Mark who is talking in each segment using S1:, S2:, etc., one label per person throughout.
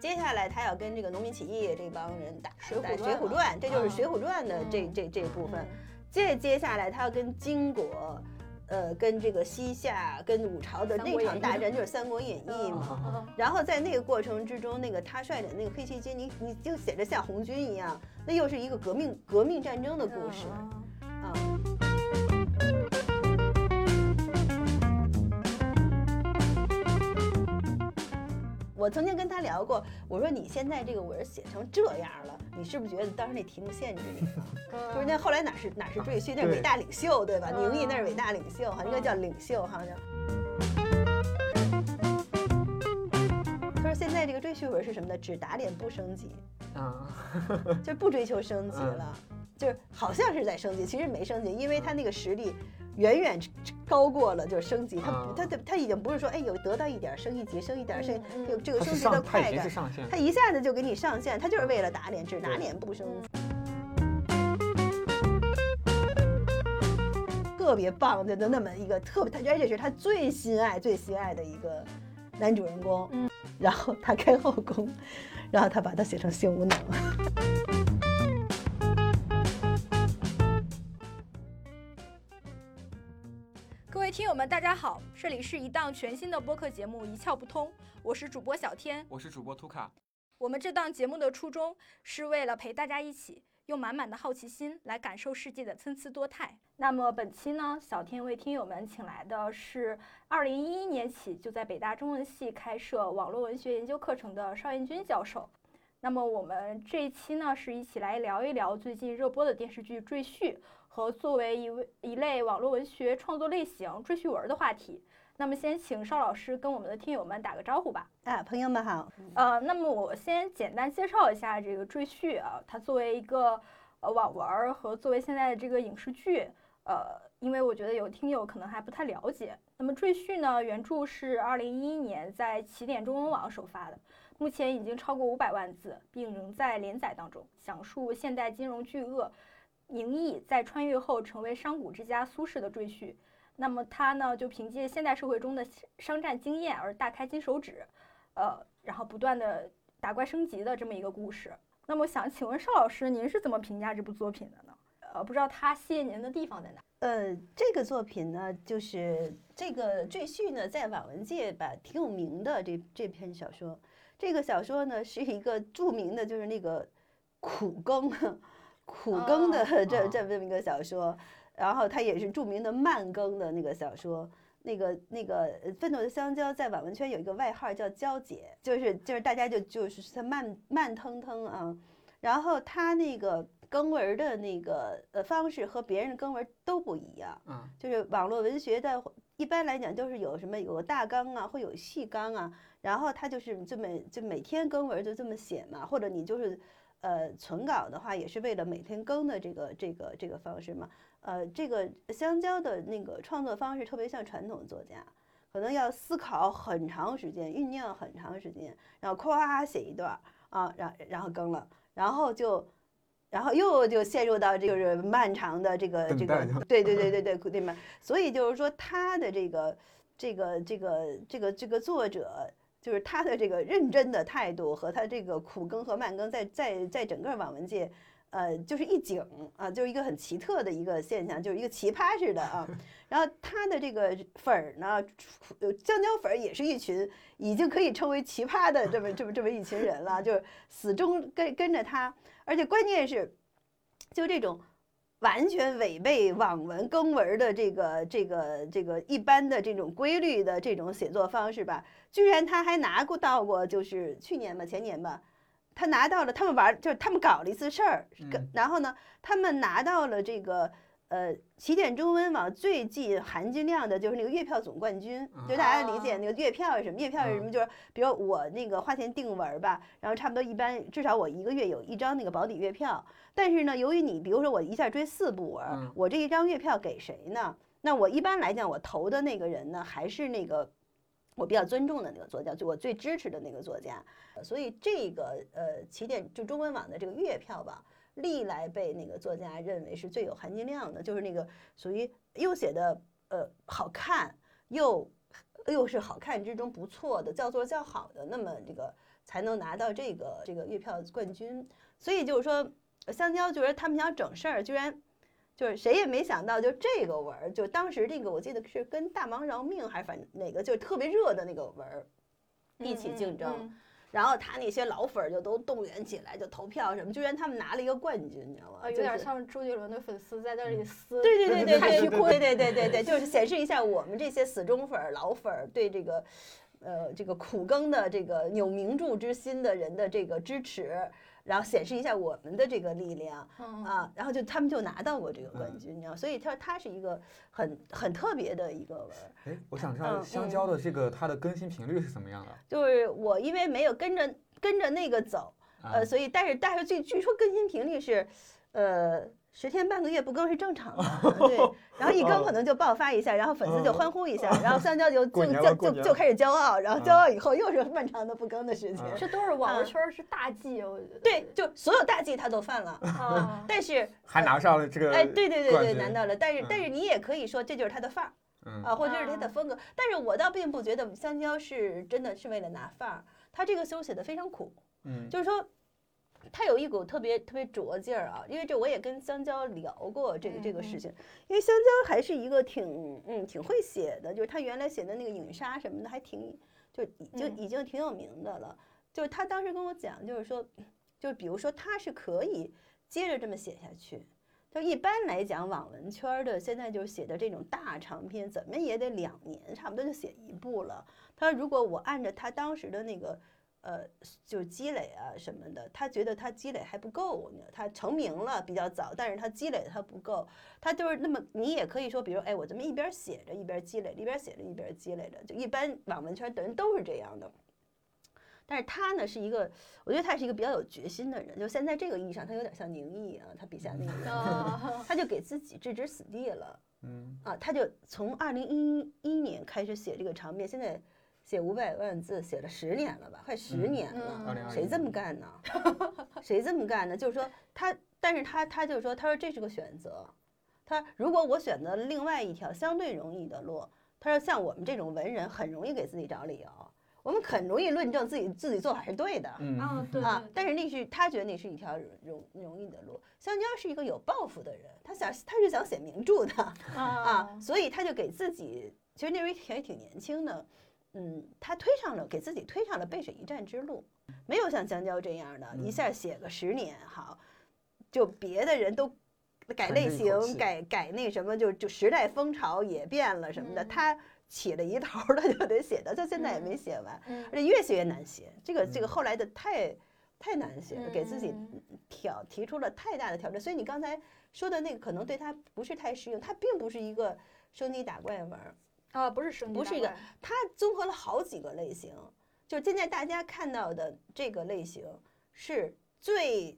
S1: 接下来他要跟这个农民起义这帮人打
S2: 水浒
S1: 打
S2: 传
S1: 水浒
S2: 了
S1: 传》，这就是《
S2: 嗯
S1: 水浒传》的这、
S2: 嗯
S1: 这这部分。
S2: 嗯
S1: 再接下来他要跟金国。呃，跟这个西夏、跟五朝的
S2: 三国
S1: 那
S2: 演
S1: 场大
S2: 义嗯
S1: 战就是《三国演义》嘛，然后在那个过程之中，那个他率领那个黑旗军，你你就写着像红军一样，那又是一个革命革命战争的故
S2: 嗯
S1: 事啊、我曾经跟他聊过，我说你现在这个文儿写成这样了，你是不是觉得当时那题目限制你 了？就是那后来哪是哪是赘婿，那是伟大领袖，对吧？
S2: 嗯
S1: 宁毅那是伟大领袖，哈，应该叫领袖，好像。他说现在这个赘婿文是什么呢？只打脸不升级，
S3: 啊，
S1: 就是不追求升
S3: 嗯
S1: 级了，就是好像是在升级，其实没升级，因为他那个实力远远高过了就是升级，他
S3: 嗯
S1: 他他他已经不是说哎有得到一点儿升一级升一点儿升
S2: 嗯嗯
S1: 有这个
S3: 他
S1: 升
S3: 是
S1: 级的
S3: 上，他
S1: 快
S3: 已经
S1: 感
S3: 是，上线
S1: 他
S3: 了。
S1: 一下子就给你上线，他就是为了打脸，只打脸不升级。
S2: 嗯
S1: 特别棒的那么一个特别，他而且是他最心爱、最心爱的一个男主人公。
S2: 嗯，
S1: 然后他开后宫，然后他把他写成性无能。
S2: 各位听友们，大家好，这里是一档全新的播客节目《一窍不通》，我是主播小天。
S3: 我是主播图卡，
S2: 我们这档节目的初衷是为了陪大家一起用满满的好奇心来感受世界的参差多态。那么本期呢，小天为听友们请来的是二零一一年起就在北大中文系开设网络文学研究课程的邵彦军教授。那么我们这一期呢，是一起来聊一聊最近热播的电视剧《赘婿》和作为一位一类网络文学创作类型赘婿文的话题。那么先请邵老师跟我们的听友们打个招呼吧。
S1: 啊，朋友们好，
S2: 呃，那么我先简单介绍一下这个《赘婿》啊，它作为一个呃网文儿和作为现在的这个影视剧，呃，因为我觉得有听友可能还不太了解。那么《赘婿》呢，原著是二零一一年在起点中文网首发的，目前已经超过五百万字，并仍在连载当中，讲述现代金融巨鳄宁毅在穿越后成为商贾之家苏轼的赘婿。那么他呢，就凭借现代社会中的商战经验而大开金手指。呃，然后不断的打怪升级的这么一个故事。那么我想请问邵老师，您是怎么评价这部作品的呢？呃，不知道它吸引您的地方在哪？
S1: 呃，这个作品呢，就是这个《赘婿》呢，在网文界吧挺有名的这这篇小说。这个小说呢，是一个著名的，就是那个苦耕，苦耕的
S2: 哦
S1: 这
S3: 哦
S1: 这么一个小说。然后它也是著名的慢更的那个小说。那个那个呃《奋斗的香蕉》在网文圈有一个外号叫“娇姐”，就是就是大家就就是它慢慢腾腾啊。然后它那个更文儿的那个呃方式和别人的更文儿都不一样，
S3: 嗯，
S1: 就是网络文学的一般来讲都是有什么有个大纲啊，会有细纲啊，然后它就是这么就每天更文儿就这么写嘛，或者你就是呃存稿的话也是为了每天更的这个这个这个方式嘛，呃，这个香蕉的那个创作方式特别像传统作家。可能要思考很长时间，酝酿很长时间，然后咵写一段儿啊，然然后更了，然后就，然后又就陷入到这个就是漫长的这个
S3: 等
S1: 这
S3: 待
S1: 个
S3: 就，
S1: 对对 对对对对嘛，所以就是说他的这个这个这个这个这个作者。就是他的这个认真的态度和他这个苦耕和慢耕在，在在整个网文界，呃，就是一景啊，就是一个很奇特的一个现象，就是一个奇葩似的啊。 然后他的这个粉儿呢，呃香蕉粉儿也是一群已经可以称为奇葩的这么这么这么一群人了，就是始终跟跟着他，而且关键是，就这种完全违背网文更文儿的这个这个这个一般的这种规律的这种写作方式吧，居然他还拿过到过，就是去年吧前年吧。他拿到了，他们玩儿就是他们搞了一次事儿，跟
S3: 嗯
S1: 然后呢，他们拿到了这个呃起点中文网最近含金量的就是那个月票总冠军，就大家理解
S2: 啊
S1: 那个月票是什么？月票是什么？就是比如我那个花钱订文儿吧，然后差不多一般至少我一个月有一张那个保底月票，但是呢，由于你比如说我一下追四部文儿
S3: 嗯，
S1: 我这一张月票给谁呢？那我一般来讲，我投的那个人呢，还是那个我比较尊重的那个作家，就我最支持的那个作家。呃所以这个呃起点就中文网的这个月票吧，历来被那个作家认为是最有含金量的，就是那个属于又写的呃好看又又是好看之中不错的，叫做叫好的，那么这个才能拿到这个这个月票冠军。所以就是说，香蕉觉得他们想整事儿，居然就是谁也没想到，就这个文儿，就当时这个我记得是跟《大忙饶命》还是反哪个，就是特别热的那个文儿一起竞争。
S2: 嗯
S1: 然后他那些老粉儿就都动员起来，就投票什么，居然他们拿了一个冠军，你知道吗？
S2: 啊，有
S1: 就
S2: 点
S1: 是嗯
S2: 像周杰伦的粉丝在那里撕，
S1: 对对对对
S2: 蔡徐
S1: 对
S2: 坤，
S1: 对对对对对，就是显示一下我们这些死忠粉儿、老粉儿对这个，呃，这个苦耕的这个有名著之心的人的这个支持，然后显示一下我们的这个力量
S2: 嗯，
S1: 啊，然后就他们就拿到过这个冠军，你知道，所以他他是一个很很特别的一个文儿。
S3: 哎，我想知道
S1: 嗯
S3: 香蕉的这个它的更新频率是怎么样的？
S1: 就是我因为没有跟着跟着那个走，
S3: 啊
S1: 呃，所以但是但是据据说更新频率是，呃，十天半个月不更是正常的， 对。然后一
S3: 哦
S1: 更可能就爆发一下，然后粉丝就欢呼一下，然后香蕉就
S3: 过
S1: 就
S3: 年
S1: 就
S3: 了过
S1: 就
S3: 年
S1: 就
S3: 了
S1: 开始骄傲，然后骄
S3: 嗯
S1: 傲以 后又是漫长的不更的时间。
S3: 嗯
S2: 这都是网络
S1: 嗯
S2: 圈儿是大忌，我觉得。
S1: 对， 就所有大忌他都犯了，
S2: 啊，
S1: 但是
S3: 还拿上了这个，
S1: 哎，对对对
S3: 冠
S1: 对，
S3: 军
S1: 难到了。但是但
S3: 嗯
S1: 是你也可以说这就是他的范儿
S3: 嗯，
S1: 啊，或者这是他的
S2: 啊
S1: 风格。但是我倒并不觉得香蕉是真的是为了拿范儿，他这个修写的非常苦。
S3: 嗯，
S1: 就是说，他有一股特别特别拙劲儿啊，因为这我也跟香蕉聊过这个这个
S2: 嗯
S1: 事
S2: 嗯
S1: 情，因为香蕉还是一个挺嗯挺会写的，就是他原来写的那个影杀什么的还挺就已经
S2: 嗯
S1: 已经挺有名的了，就是他当时跟我讲，就是说，就比如说他是可以接着这么写下去。就一般来讲，网文圈儿的现在就是写的这种大长篇，怎么也得两年，差不多就写一部了。他说如果我按照他当时的那个呃，就是积累啊什么的，他觉得他积累还不够呢。他成名了比较早，但是他积累他不够，他就是那么你也可以说，比如哎，我这么一边写着一边积累，一边写着一边积累着，就一般网文圈的人都是这样的。但是他呢是一个，我觉得他是一个比较有决心的人，就现在这个意义上，他有点像宁毅啊，他笔下那个人，
S2: 啊，
S1: 他就给自己置之死地了。
S3: 嗯，
S1: 啊，他就从二零一一年开始写这个长篇，现在写五百万字，写了十年了吧，快十
S3: 嗯
S1: 年了，
S3: 2021
S1: 谁这么干 呢？谁这么干呢？就是说他，但是他他就说，他说这是个选择，他如果我选择了另外一条相对容易的路，他说像我们这种文人很容易给自己找理由，我们很容易论证自己自己做法是对的，
S3: 嗯，
S2: 啊对
S1: 啊，但是那是他觉得那是一条容容易的路。香蕉是一个有抱负的人，他想他是想写名著的，啊，
S3: 哦
S2: 啊，
S1: 所以他就给自己，其实那时候也挺年轻的，嗯，他推上了给自己推上了背水一战之路，没有像江娇这样的，一
S3: 嗯
S1: 下写个十年好，就别的人都改
S3: 喘
S1: 类
S3: 这一口
S1: 型、
S3: 气
S1: 改改那什么，就就时代风潮也变了什么的，
S2: 嗯
S1: 他起了一头儿，他就得写到，他现在也没
S2: 嗯
S1: 写完，
S2: 嗯
S1: 而且越写越难写，这个这个
S3: 嗯
S1: 后来的太。太难写了，给自己
S2: 嗯
S1: 挑提出了太大的挑战，所以你刚才说的那个可能对他不是太适用，他并不是一个升级打怪文儿，
S2: 啊，不是升级
S1: 不
S2: 打
S1: 是一个
S2: 怪
S1: 它综合了好几个类型，就是现在大家看到的这个类型是最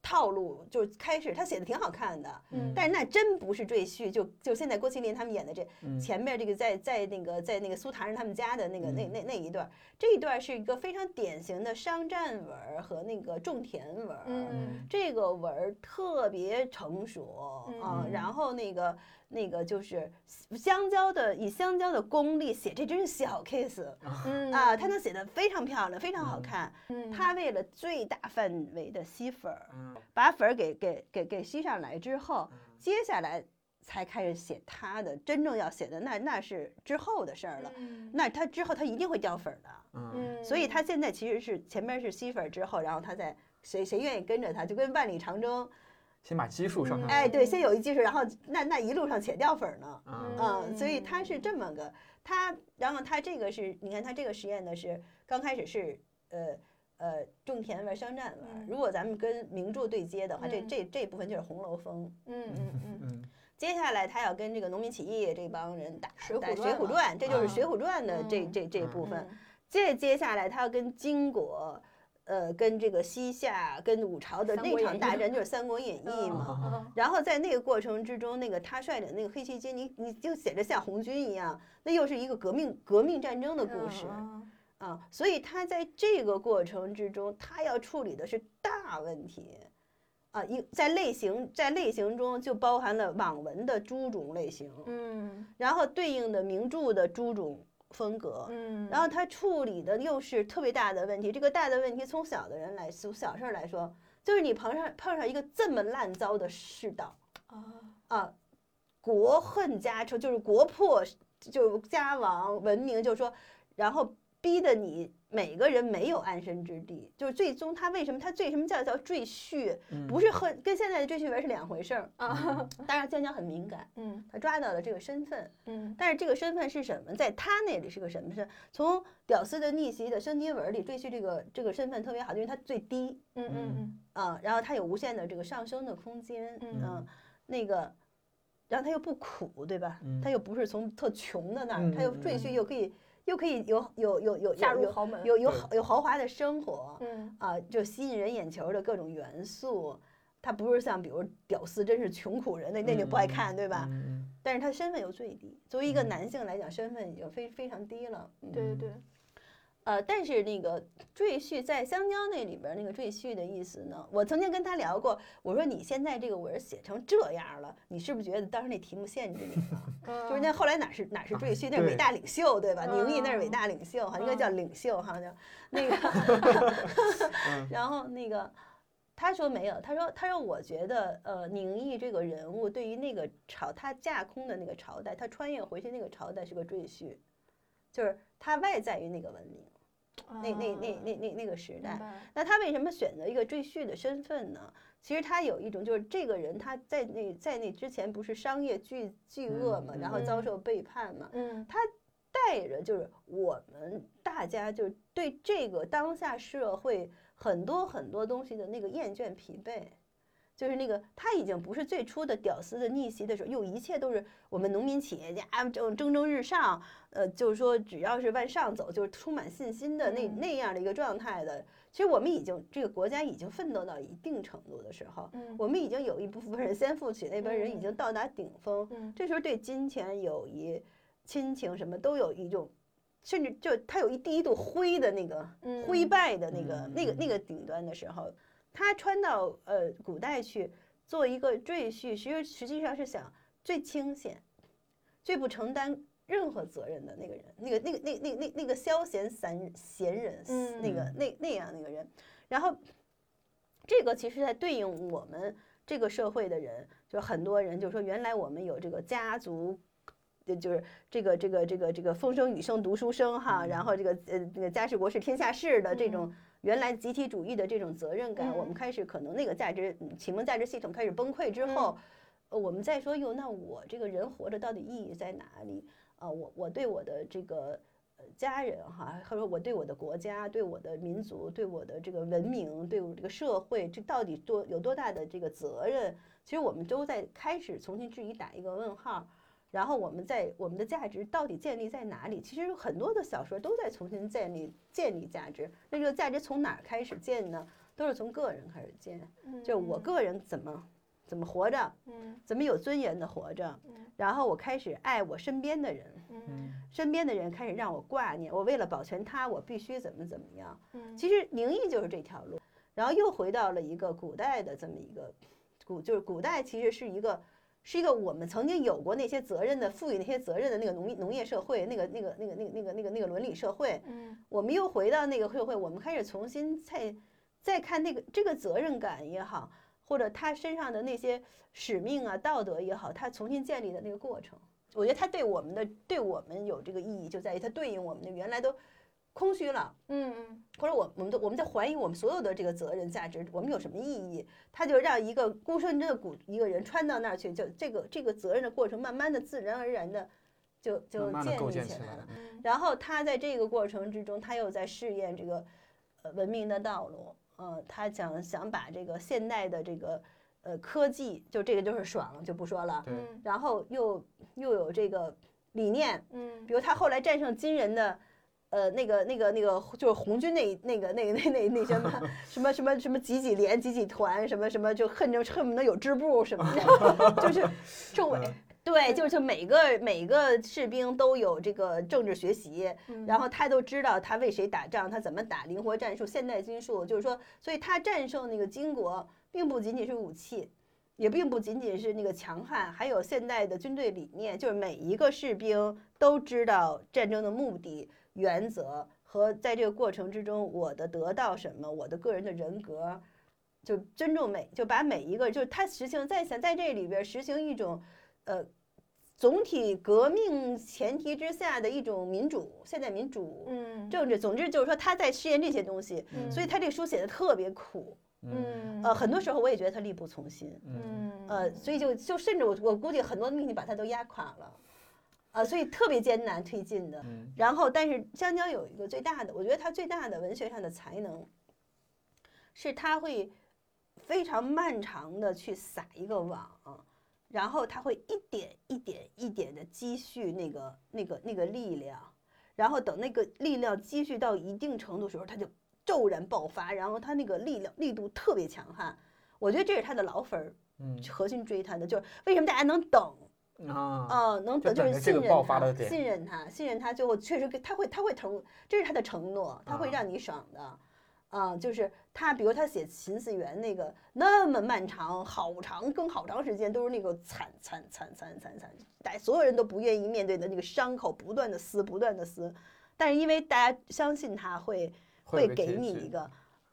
S1: 套路，就是开始他写的挺好看的，
S2: 嗯
S1: 但是那真不是赘婿，就就现在郭麒麟他们演的这
S3: 嗯
S1: 前面这个在在那个在那个苏唐人他们家的那个那
S3: 嗯
S1: 那那一段儿，这一段儿是一个非常典型的商战文儿和那个种田文儿，
S2: 嗯
S1: 这个文儿特别成熟啊，
S2: 嗯
S1: 然后那个那个就是香蕉的，以香蕉的功力写，这真是小 case
S2: 嗯
S1: 啊，他能写的非常漂亮，非常好
S3: 嗯
S1: 看。
S2: 嗯
S1: 他为了最大范围的吸粉儿，
S3: 嗯
S1: 把粉儿给给给给吸上来之后，
S3: 嗯
S1: 接下来才开始写他的真正要写的，那那是之后的事儿了。
S2: 嗯
S1: 那他之后他一定会掉粉儿的。
S3: 嗯
S2: 嗯
S1: 所以他现在其实是前面是吸粉儿之后，然后他再谁谁愿意跟着他，就跟万里长征，
S3: 先把基数
S2: 嗯
S3: 上上，
S1: 哎，对，先有一基础，然后那那一路上且掉粉儿呢，
S3: 嗯
S1: 嗯，所以他是
S2: 嗯
S1: 这么个他，然后他这个是，你看他这个实验的是刚开始是呃呃种田玩商战玩，
S2: 嗯
S1: 如果咱们跟名著对接的话，这
S2: 嗯
S1: 这这部分就是红楼风，
S2: 嗯嗯嗯
S3: 嗯
S1: 接下来他要跟这个农民起义这帮人打
S2: 水浒
S1: 打《水
S2: 传
S1: 浒
S2: 了
S1: 传》，这就是《
S2: 嗯
S1: 水浒传》的这
S2: 嗯
S1: 这这
S3: 嗯
S1: 部分。
S2: 嗯
S1: 这接下来他要跟金国，呃，跟这个西夏、跟五朝的
S2: 三国
S1: 那
S2: 演
S1: 场
S2: 义
S1: 大战就是《三国演义》嘛。
S2: 嗯
S1: 然后在那个过程之中，那个他率领那个黑旗军，你你就写着像红军一样，那又是一个革命革命战争的故事
S2: 嗯
S1: 啊。所以他在这个过程之中，他要处理的是大问题。啊，一在类型在类型中就包含了网文的诸种类型，
S2: 嗯
S1: 然后对应的名著的诸种风格。
S2: 嗯，
S1: 然后他处理的又是特别大的问题，这个大的问题从小的人来，从小事儿来说，就是你碰上碰上一个这么烂糟的世道
S2: 啊，
S1: 啊，国恨家仇，就是国破就家亡，文明就说，然后逼得你每个人没有安身之地，就是最终他为什么他最什么叫叫赘婿，
S3: 嗯
S1: 不是和跟现在的赘婿文是两回事儿啊。
S3: 啊，
S1: 当然，江江很敏感，
S2: 嗯
S1: 他抓到了这个身份，
S2: 嗯
S1: 但是这个身份是什么，在他那里是个什么身份？从《屌丝的逆袭》的升级文里，赘婿这个这个身份特别好，因为他最低
S2: 嗯嗯
S1: 啊，然后他有无限的这个上升的空间，
S2: 嗯
S1: 啊那个，然后他又不苦，对吧？
S3: 嗯
S1: 他又不是从特穷的那儿，他又
S3: 嗯嗯
S1: 赘婿
S2: 嗯
S1: 又可以又可以有有有有
S2: 嗯，嫁
S1: 有
S2: 入
S1: 有
S2: 豪门，
S1: 有有
S3: 对
S1: 豪有豪华的生活，
S2: 嗯
S1: 啊，就吸引人眼球的各种元素。他不是像比如屌丝，真是穷苦人，那那你不爱看，对吧？
S3: 嗯？嗯
S1: 但是他身份又最低，作为一个
S3: 嗯
S1: 男性来讲，身份已经非非常低了。嗯
S2: 对对对，
S1: 呃，但是那个赘婿在香蕉那里边儿那个赘婿的意思呢，我曾经跟他聊过，我说你现在这个文写成这样了，你是不是觉得当时那题目限制你 了？
S2: 嗯
S1: 就是那后来哪是哪是赘 婿，那是伟
S3: 啊对
S1: 大领袖，对吧？宁毅那是伟
S2: 嗯
S1: 大领袖，哈，应该叫领袖， 好像叫那个
S3: 嗯
S1: 然后那个他说没有，他说他说我觉得呃宁毅这个人物对于那个朝他架空的那个朝代，他穿越回去那个朝代是个赘婿，就是他外在于那个文明，那
S2: 那
S1: 那
S2: 嗯
S1: 那那那那个时代。
S2: 代，
S1: 那他为什么选择一个赘婿的身份呢？其实他有一种就是这个人他在那在那之前不是商业巨巨鳄
S3: 嗯
S1: 嘛，
S3: 嗯
S1: 然后遭
S2: 嗯
S1: 受背叛嘛，
S2: 嗯
S1: 带着就是我们大家就是对这个当下社会很多很多东西的那个厌倦疲惫，就是那个他已经不是最初的屌丝的逆袭的时候，又一切都是我们农民企业家蒸蒸蒸日上，呃，就是说只要是往上走，就是充满信心的那
S2: 嗯
S1: 那样的一个状态的。其实我们已经这个国家已经奋斗到一定程度的时候，
S2: 嗯
S1: 我们已经有一部分人先富起，那边人已
S2: 嗯
S1: 经到达顶峰，
S2: 嗯
S1: 这时候对金钱、友谊、亲情什么都有一种，甚至就他有一第一度灰的那个
S2: 嗯
S1: 灰败的那个、那个
S3: 嗯
S1: 那个顶端的时候，他穿到呃古代去做一个赘婿，其实实际上是想最清闲、最不承担任何责任的那个人，那个那个那那那那个消闲散闲人，
S2: 嗯
S1: 那个那那样那个人，然后这个其实在对应我们这个社会的人，就很多人就说，原来我们有这个家族。就就是这个这个这个这个风声雨声读书声哈，
S3: 嗯
S1: 然后这个呃那个家事国事天下事的这种原来集体主义的这种责任感，我们
S2: 嗯
S1: 开始可能那个价值嗯启蒙价值系统开始崩溃之后，呃我们再说哟，那我这个人活着到底意义在哪里？啊，我我对我的这个呃家人哈，或者我对我的国家、对我的民族、对我的这个文明、对我这个社会，这到底多有多大的这个责任？其实我们都在开始重新质疑，打一个问号。然后我们在我们的价值到底建立在哪里？其实很多的小说都在重新建立建立价值。那这个价值从哪儿开始建呢？都是从个人开始建，
S2: 嗯
S1: 就是我个人怎么怎么活着，
S2: 嗯
S1: 怎么有尊严的活着
S2: 嗯，
S1: 然后我开始爱我身边的人，
S2: 嗯
S3: 嗯
S1: 身边的人开始让我挂念，我为了保全他，我必须怎么怎么样。
S2: 嗯，
S1: 其实宁毅就是这条路，然后又回到了一个古代的这么一个古，就是古代其实是一个是一个我们曾经有过那些责任的赋予那些责任的那个农业农业社会，那个那个那个那个那个那个那个伦理社会，
S2: 嗯
S1: 我们又回到那个社会，我们开始重新再再看那个这个责任感也好，或者他身上的那些使命啊、道德也好，他重新建立的那个过程，我觉得他对我们的对我们有这个意义，就在于它对应我们的原来都空虚了。
S2: 嗯嗯
S1: 或者我我们都我们在怀疑我们所有的这个责任价值，我们有什么意义？他就让一个孤身这古一个人穿到那儿去，就这个这个责任的过程，慢慢的自然而然的就就
S3: 慢慢的
S1: 建
S3: 构
S1: 立
S3: 建
S1: 起
S3: 起
S1: 来
S3: 来
S1: 了
S3: 了。。
S2: 嗯
S1: 然后他在这个过程之中，他又在试验这个呃文明的道路，呃，他想想把这个现代的这个呃科技，就这个就是爽了就不说了，
S3: 对，
S1: 然后又又有这个理念，
S2: 嗯
S1: 比如他后来战胜金人的。呃，那个、那个、那个，就是红军那一那个、那个、那那那什么什么什么什么几几连、几几团，什么什么，就恨着恨不得有支部什么的， 就是
S2: 政委，
S1: 对，就是就每个每个士兵都有这个政治学习，然
S2: 后
S1: 后他都知道他为谁打仗，他怎么打，灵活战术、现代军术，就是说，所以他战胜那个金国，并不仅仅是武器，也并不仅仅是那个强悍，还有现代的军队理念，就是每一个士兵都知道战争的目的、原则和在这个过程之中我的得到什么，我的个人的人格，就尊重每就把每一个就是他实行在想在这里边实行一种呃总体革命前提之下的一种民主，现代民主
S2: 嗯，
S1: 政治。总之就是说他在试验这些东西，
S2: 嗯
S1: 所以他这书写的特别苦。
S2: 嗯
S1: 呃，很多时候我也觉得他力不从心。
S2: 嗯
S1: 呃，所以就就甚至我我估计很多命题把它都压垮了，呃，所以特别艰难推进的。
S3: 嗯
S1: 然后，但是香蕉有一个最大的，我觉得他最大的文学上的才能，是他会非常漫长的去撒一个网，然后他会一点一点一点的积蓄那个那个那个力量，然后等那个力量积蓄到一定程度的时候，他就骤然爆发，然后他那个力量力度特别强悍。我觉得这是他的老粉儿，
S3: 嗯
S1: 核心追他的，就是为什么大家能等
S3: 嗯啊，
S1: 啊、能
S3: 就
S1: 等就
S3: 等
S1: 是
S3: 着这
S1: 信
S3: 个
S1: 任
S3: 爆发的
S1: 他，
S3: 点
S1: 信任他，信任他，最后确实给他会他会承，这是他的承诺，他会
S3: 啊
S1: 让你爽的。啊就是他，比如他写《秦嗣源》那个那么漫长，好长，更好长时间都是那个惨惨惨惨惨惨，大家所有人都不愿意面对的那个伤口，不断的撕，不断的撕。但是因为大家相信他会
S3: 会有个
S1: 给
S3: 贴
S1: 你
S3: 士
S1: 一个，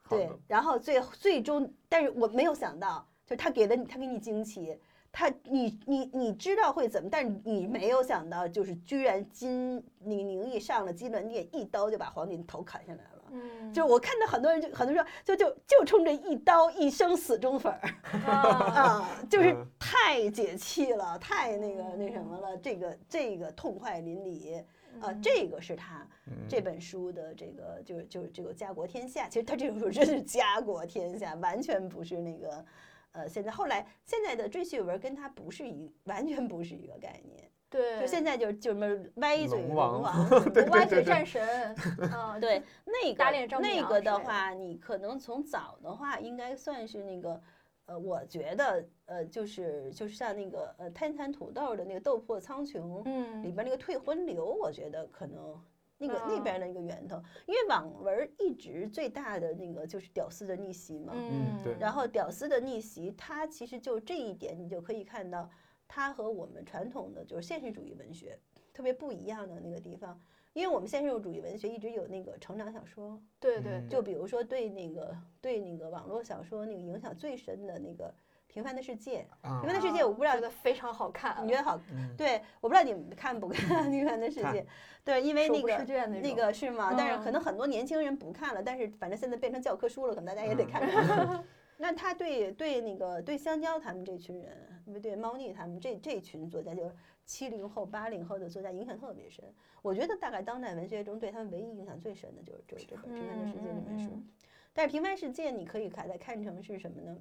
S3: 好
S1: 对
S3: 的，
S1: 然后最最终，但是我没有想到，就是他给了你，他给你惊奇，他你你你知道会怎么，但是你没有想到，就是居然金李宁一上了金銮殿，一刀就把皇帝的头砍下来了。
S2: 嗯，
S1: 就是我看到很多人就很多人说，就就就冲着一刀一生死忠粉 儿
S2: 啊
S1: 啊，就是
S3: 嗯
S1: 太解气了，太那个那什么了，这个这个痛快淋漓啊，这个是他。
S3: 嗯
S1: 这本书的这个就是就是这个家国天下，其实他这本书真是家国天下，完全不是那个，呃，现在后来现在的赘婿文跟他不是一完全不是一个概念，
S2: 对，
S1: 就现在就是就是什么歪嘴
S3: 龙
S1: 王，
S3: 王
S1: 什么
S2: 挖
S1: 歪嘴
S2: 掘
S3: 对对
S2: 战神，啊，
S1: 对那
S2: 打脸
S1: 个
S2: 丈母
S1: 那
S2: 娘
S1: 个
S2: 之
S1: 的
S2: 类的
S1: 话，你可能从早的话应该算是那个。呃，我觉得，呃，就是就是像那个呃，摊摊土豆的那个《斗破苍穹》，里
S2: 嗯，
S1: 边那个退婚流，我觉得可能那个那
S2: 啊
S3: 嗯
S1: 边的一个源头，因为网文儿一直最大的那个就是屌丝的逆袭嘛。
S3: 嗯对
S1: 然后屌丝的逆袭，它其实就这一点，你就可以看到它和我们传统的就是现实主义文学特别不一样的那个地方。因为我们现实主义文学一直有那个成长小说，
S2: 对对，
S3: 嗯
S1: 就比如说对那个对那个网络小说那个影响最深的那个《平凡的世界
S3: 啊
S1: 因为那世界我不知道
S2: 觉得非常好看，》，
S1: 你觉得好？啊
S3: 嗯
S1: 对，我不知道你们看不看《平凡的世界
S3: 看》？
S1: 对，因为
S2: 手
S1: 那
S2: 不
S1: 个
S2: 释卷那
S1: 那
S2: 种
S1: 个是吗？但是可
S2: 嗯
S1: 能很多年轻人不看了，但是反正现在变成教科书了，可能大家也得
S3: 嗯
S1: 看看。 那他对对那个对香蕉他们这群人，不对猫腻他们这这群作家，就是七零后、八零后的作家影响特别深。我觉得大概当代文学中对他们唯一影响最深的就是就是
S2: 嗯
S1: 这本《平凡的世界》这本书。
S2: 嗯嗯
S1: 但是《平凡世界》你可以把它看成是什么呢？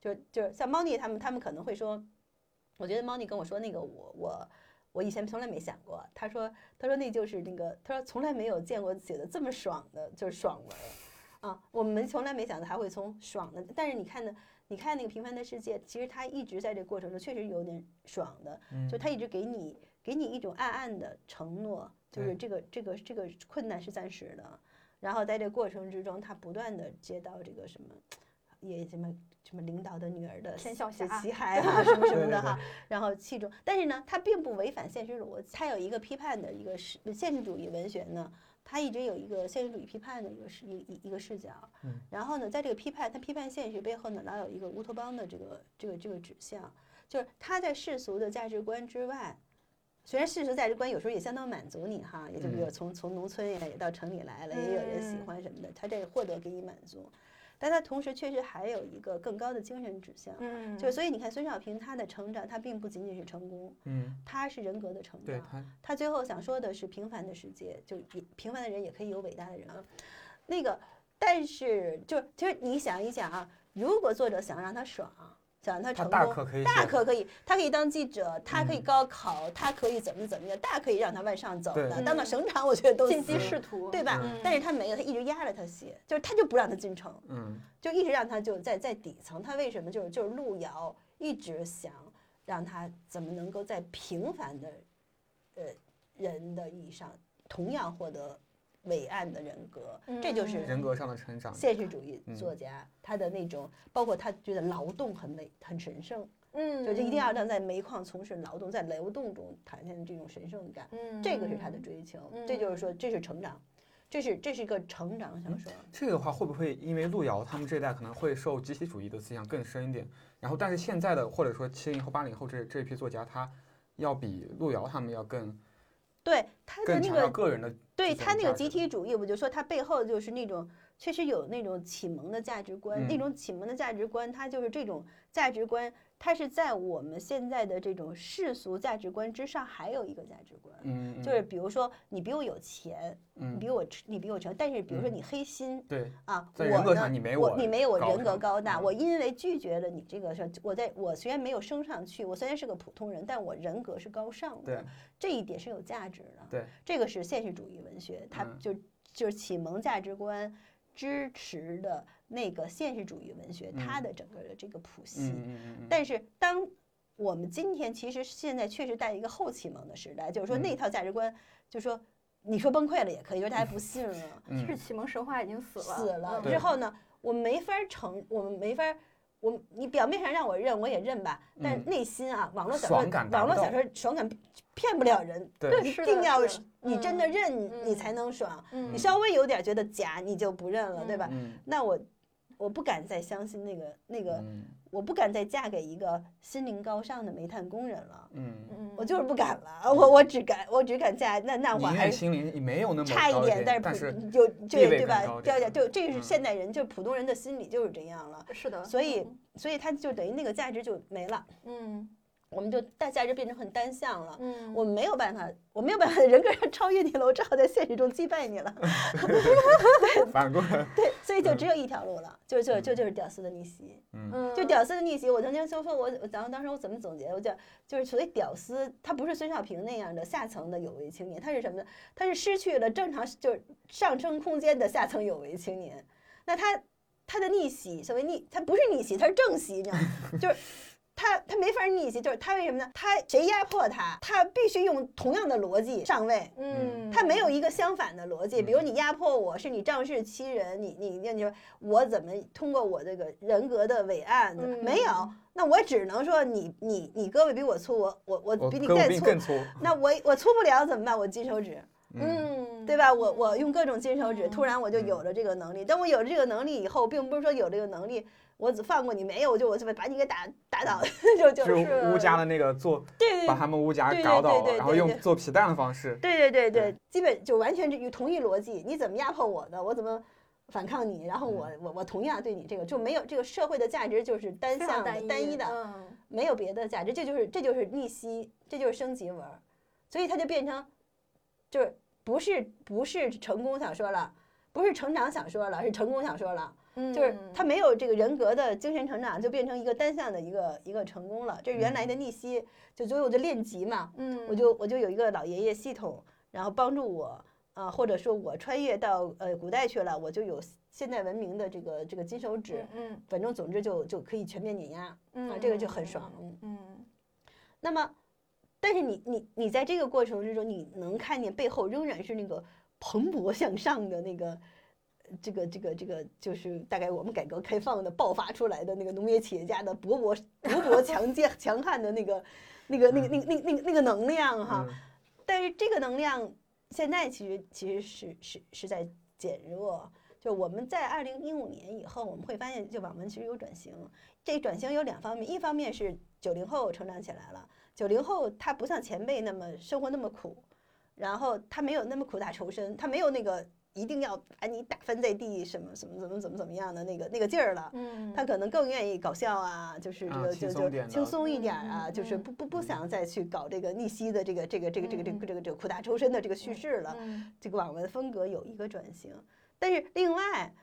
S1: 就就是像猫腻他们，他们可能会说，我觉得猫腻跟我说那个我我我以前从来没想过。他说他说那就是那个他说从来没有见过写的这么爽的，就是爽文儿啊，我们从来没想到还会从爽的，但是你看呢？你看那个《平凡的世界》，其实他一直在这过程中确实有点爽的，
S3: 嗯
S1: 就他一直给你给你一种暗暗的承诺，就是
S3: 对
S1: 这个这个这个困难是暂时的，然后在这过程之中，他不断的接到这个什么，也什么什么领导的女儿的
S2: 陈晓
S1: 这
S2: 霞
S1: 旗海啊什么什么
S3: 对
S1: 的
S3: 对
S1: 哈，然后器重，但是呢，他并不违反现实逻辑，他有一个批判的一个视现实主义文学呢。他一直有一个现实主义批判的一个视一一一个视角，
S3: 嗯
S1: 然后呢，在这个批判，他批判现实背后呢，老有一个乌托邦的这个这个这个指向，就是他在世俗的价值观之外，虽然世俗价值观有时候也相当满足你哈，也就比如
S3: 嗯
S1: 从从农村也也到城里来了，也有人喜
S2: 嗯
S1: 欢什么的，他这获得给你满足，但他同时确实还有一个更高的精神指向，
S2: 嗯，
S1: 就所以你看孙少平他的成长，他并不仅仅是成功，
S3: 嗯，
S1: 他是人格的成
S3: 对
S1: 长。
S3: 他
S1: 他最后想说的是，平凡的世界，就也平凡的人也可以有伟大的人啊。那个，但是就其实你想一想啊，如果作者想让他爽，想让他
S3: 他
S1: 成
S3: 大
S1: 功，
S3: 可可以
S1: 大
S3: 写
S1: 可可以，他可以当记者，他可以
S3: 嗯
S1: 高考，他可以怎么怎么样，大可以让他往上走
S3: 对
S1: 的，当到
S2: 嗯
S1: 省长我觉得都
S2: 进
S1: 行
S2: 击仕途，
S1: 对吧？
S2: 嗯
S1: 但是他没有，他一直压着他写，就是他就不让他进城，
S3: 嗯
S1: 就一直让他就在在底层。他为什么就是就是路遥一直想让他怎么能够在平凡的，呃人的意义上同样获得伟岸的人格，这就
S2: 嗯
S1: 是
S3: 人格上的成长，
S1: 现实主义作家他的那种，包括他觉得劳动很伟很神圣，
S2: 嗯，
S1: 就就一定要让在煤矿从事劳动，在劳动中体现这种神圣感，
S2: 嗯，
S1: 这个是他的追求，这就是说这是成长，这是这是一个成长小说。
S3: 这个的话，会不会因为路遥他们这一代可能会受集体主义的思想更深一点？然后，但是现在的或者说七零后、八零后这这一批作家，他要比路遥他们要更
S1: 对他的
S3: 更
S1: 那
S3: 强调
S1: 个，
S3: 个人的，
S1: 对
S3: 这种
S1: 他那个
S3: 价
S1: 集
S3: 值
S1: 体主义，我就说他背后就是那种确实有那种启蒙的价值观，那
S3: 嗯
S1: 种启蒙的价值观，它就是这种价值观，它是在我们现在的这种世俗价值观之上还有一个价值观。
S3: 嗯，嗯
S1: 就是比如说，你比我有钱，你
S3: 嗯，
S1: 比我吃，你比我穷，但是比如说
S3: 嗯
S1: 你黑心，
S3: 对，
S1: 啊，
S3: 在人
S1: 我
S3: 格
S1: 呢，
S3: 上你没
S1: 我
S3: 我
S1: 你没有我
S3: 高
S1: 人格
S3: 尚
S1: 高大，
S3: 嗯
S1: 我因为拒绝了你这个事儿，我在我虽然没有升上去，我虽然是个普通人，但我人格是高尚的
S3: 对，
S1: 这一点是有价值的。
S3: 对，
S1: 这个是现实主义文学，它
S3: 嗯
S1: 就就是启蒙价值观支持的那个现实主义文学，它的整个的这个谱系。
S3: 嗯嗯嗯嗯，
S1: 但是当我们今天其实现在确实在一个后启蒙的时代，就是说那
S3: 嗯
S1: 套价值观，就是说你说崩溃了也可以，就是大家不信了。
S3: 嗯
S2: 是启蒙神话已经死了，
S1: 死了
S2: 嗯
S1: 之
S3: 对
S1: 后呢，我没法儿承，我们没法儿，我你表面上让我认，我也认吧，但
S3: 嗯
S1: 是内心啊，网络小说，
S3: 爽感达
S1: 网
S3: 不
S1: 络小
S3: 到
S1: 说爽感骗不了人，
S3: 对，
S1: 一
S2: 是
S1: 定
S2: 的
S1: 要
S2: 是
S1: 你真的
S2: 嗯
S1: 认，你你
S2: 嗯
S1: 才能爽。
S2: 嗯
S1: 你稍微有点觉得假，你就不认了，对
S2: 嗯
S1: 吧？
S3: 嗯
S1: 那我我不敢再相信那个那个，
S3: 嗯
S1: 我不敢再嫁给一个心灵高尚的煤炭工人了，
S3: 嗯，
S2: 嗯，
S1: 我就是不敢了，我我只敢我只敢嫁那那我
S3: 宁
S1: 还
S3: 愿
S1: 是。
S3: 心灵没有那么
S1: 差一
S3: 高
S1: 点，但
S3: 但
S1: 是
S3: 是
S1: 普有
S3: 地
S1: 这
S3: 位
S1: 对
S3: 更
S1: 吧？
S3: 高
S1: 掉
S3: 点
S1: 价就这个是
S3: 嗯
S1: 现代人，就是普通人的心理就是这样了，
S2: 是的，
S1: 所以
S2: 嗯
S1: 所以他就等于那个价值就没了，
S2: 嗯
S1: 我们就大价值变成很单向了。
S2: 嗯，
S1: 我没有办法，我没有办法 人格上超越你了，我只好在现实中击败你了。 嗯
S3: 反过来，
S1: 对，所以就只
S3: 嗯
S1: 有一条路了，就就就就是屌丝的逆袭。
S3: 嗯
S2: 嗯
S1: 就屌丝的逆袭，我曾经就说我，我当当时我怎么总结，我就就是所谓屌丝，他不是孙少平那样的下层的有为青年，他是什么呢？他是失去了正常就是上升空间的下层有为青年。那他他的逆袭，所谓逆，他不是逆袭，他是正袭，你知道吗？ 就是他他没法逆袭，就是他为什么呢？他谁压迫他，他必须用同样的逻辑上位。
S2: 嗯，
S1: 他没有一个相反的逻辑，比如你压迫我是你仗势欺人，你你你你，我怎么通过我这个人格的伟岸的？
S2: 嗯
S1: 没有，那我只能说你你你胳膊比我粗，我我我
S3: 我
S1: 比你
S3: 跟我
S1: 再
S3: 哦比你
S1: 粗，
S3: 更粗，
S1: 那我我粗不了怎么办？我金手指，
S3: 嗯
S2: 嗯，
S1: 对
S2: 吧？
S1: 吧？我我用各种金手指，
S2: 嗯
S1: 突然我就有了这个能力。等我有了这个能力以后，并不是说有这个能力。我只放过你，没有我就我就把你给打打倒， 就就
S3: 就是是乌家的那个做，
S1: 对对
S3: 把他们乌家
S1: 对对
S3: 搞
S1: 对
S3: 倒
S1: 对
S3: 了，然后
S1: 对
S3: 用
S1: 对
S3: 做皮蛋的方式，
S1: 对对对对
S2: 嗯
S3: 对，
S1: 基本就完全是同一逻辑。你怎么压迫我的，我怎么反抗你，然后我
S2: 嗯
S1: 我我同样对你这个就没有这个社会的价值就是单
S2: 非常
S1: 向的、
S2: 单
S1: 单一的，
S2: 嗯
S1: 没有别的价值。这就是这就是逆袭，这就是升级文儿，所以它就变成就是不是不是成功小说了。不是成长小说了，是成功小说了，
S2: 嗯，
S1: 就是它没有这个人格的精神成长，就变成一个单向的一个一个成功了。这是原来的逆袭，就所以我就练级嘛，
S2: 嗯，
S1: 我就我就有一个老爷爷系统，然后帮助我啊，或者说我穿越到呃古代去了，我就有现代文明的这个这个金手指，
S2: 嗯
S1: 反正总之就就可以全面碾压啊，
S2: 嗯
S1: 这个就很爽。嗯
S2: 嗯
S1: 那么，但是你你你在这个过程之中，你能看见背后仍然是那个蓬勃向上的那个。这个这个这个就是大概我们改革开放的爆发出来的那个农业企业家的勃勃勃勃强健强悍的那个那个那个那个那个那个那个能量哈，
S3: 嗯
S1: 但是这个能量现在其实其实是是是在减弱。就我们在二零一五年以后，我们会发现，就网文其实有转型。这转型有两方面，一方面是九零后成长起来了，九零后他不像前辈那么生活那么苦，然后他没有那么苦大仇深，他没有那个一定要把你打翻在地什么什么怎么怎么怎么样的那个那个劲儿了。
S2: 嗯，
S1: 他可能更愿意搞笑啊，就是这
S3: 啊
S1: 个
S3: 轻
S1: 就
S3: 松
S1: 就
S3: 点的
S1: 轻松一点儿
S2: 嗯
S1: 啊，
S2: 嗯
S1: 就是
S2: 嗯
S1: 不不不
S3: 嗯
S1: 想再去搞这个逆袭的这个这个这个这个这个
S2: 嗯嗯
S1: 这个这个苦大仇深的这个叙事了。
S2: 嗯
S1: 这个网文风格有一个转型，但是另外，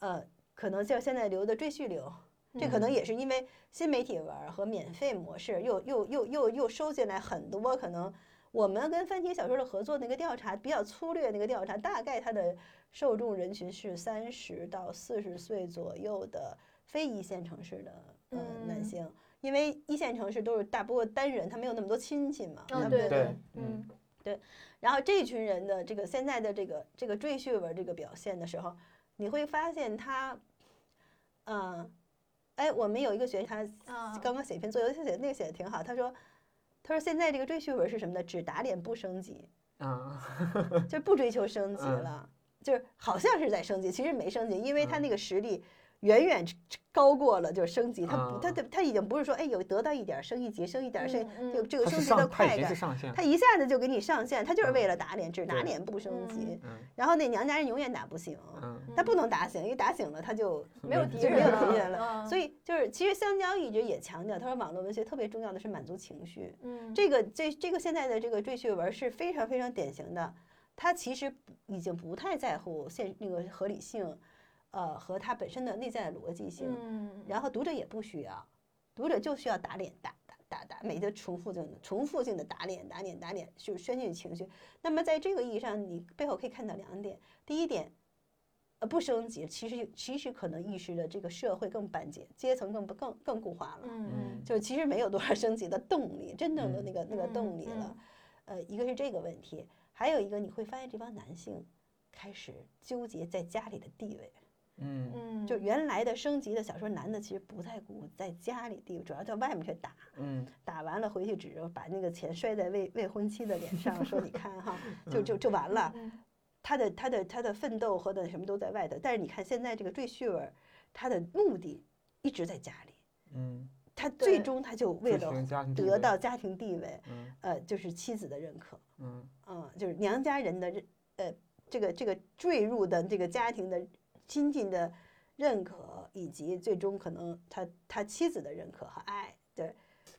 S1: 呃，可能像现在流的赘婿流，这
S2: 嗯哦
S1: 可能也是因为新媒体文儿和免费模式又又又又又收进来很多可能。我们跟番茄小说的合作那个调查比较粗略，那个调查大概它的受众人群是三十到四十岁左右的非一线城市的呃男
S2: 嗯
S1: 性，因为一线城市都是大部分单人，他没有那么多亲戚嘛，
S2: 嗯
S1: 他
S2: 哦
S1: 们
S2: 对
S1: 的
S3: 对
S2: 嗯
S1: 然后这群人的这个现在的这个这个赘婿文这个表现的时候，你会发现他，嗯、哎，我们有一个学员，他
S2: 啊
S1: 刚刚写一篇作业，他写那个写的挺好。他说，他说现在这个追求文是什么呢？只打脸不升级，
S3: 啊，
S1: 就是不追求升级
S3: 嗯
S1: 了，就是好像是在升级，其实没升级，因为他
S3: 嗯
S1: 那个实力远远高过了就是升级，他不，他
S3: 啊
S1: 他他已经不是说哎有得到一点儿升一级，升一点儿升一，
S2: 嗯
S1: 这个
S2: 嗯
S1: 这个
S3: 他
S1: 升
S3: 是
S1: 级的
S3: 上，他
S1: 快
S3: 已经是
S1: 感，
S3: 上线，
S1: 他一下子就给你上线，他就是为了打脸，只打
S3: 对
S1: 脸不升级
S2: 嗯。
S3: 嗯
S1: 然后那娘家人永远打不醒，
S3: 嗯，
S1: 他不能打醒，因为打醒了他就
S2: 没有
S3: 嗯
S2: 敌
S1: 就
S2: 人
S1: 没有
S2: 了
S1: 敌人啊
S2: 嗯
S1: 所以就是，其实香蕉一直也强调，他说网络文学特别重要的是满足情绪。
S2: 嗯
S1: 这个这这个现在的这个赘婿文是非常非常典型的，他其实不已经不太在乎现那个合理性，呃和他本身的内在的逻辑性，
S2: 嗯
S1: 然后读者也不需要，读者就需要打脸打打打打，每次重复性的重复性的打脸打脸打脸，就是宣泄情绪。那么在这个意义上，你背后可以看到两点，第一点。呃，不升级，其实其实可能意识着这个社会更板结，阶层更不更更固化了。
S2: 嗯
S1: 就其实没有多少升级的动力，真正的
S3: 嗯
S1: 那个那个动力
S2: 嗯
S1: 了。呃，一个是这个问题，还有一个你会发现这帮男性开始纠结在家里的地位。
S3: 嗯
S2: 嗯
S1: 就原来的升级的小说，男的其实不太顾在家里地位，主要在外面去打，
S3: 嗯
S1: 打完了回去只是把那个钱摔在未未婚妻的脸上，说你看哈，就就就完了。
S2: 嗯
S1: 他的他的他的奋斗和的什么都在外头，但是你看现在这个赘婿文，他的目的一直在家里，
S3: 嗯，
S1: 他最
S2: 对
S1: 终他就为
S3: 追
S1: 了
S3: 求家庭地
S1: 得
S3: 位
S1: 到家庭地位，
S3: 嗯
S1: 呃，就是妻子的认可，
S3: 嗯
S1: 嗯，就是娘家人的认，呃，这个这个坠入的这个家庭的亲近的认可，以及最终可能他他妻子的认可和爱，对，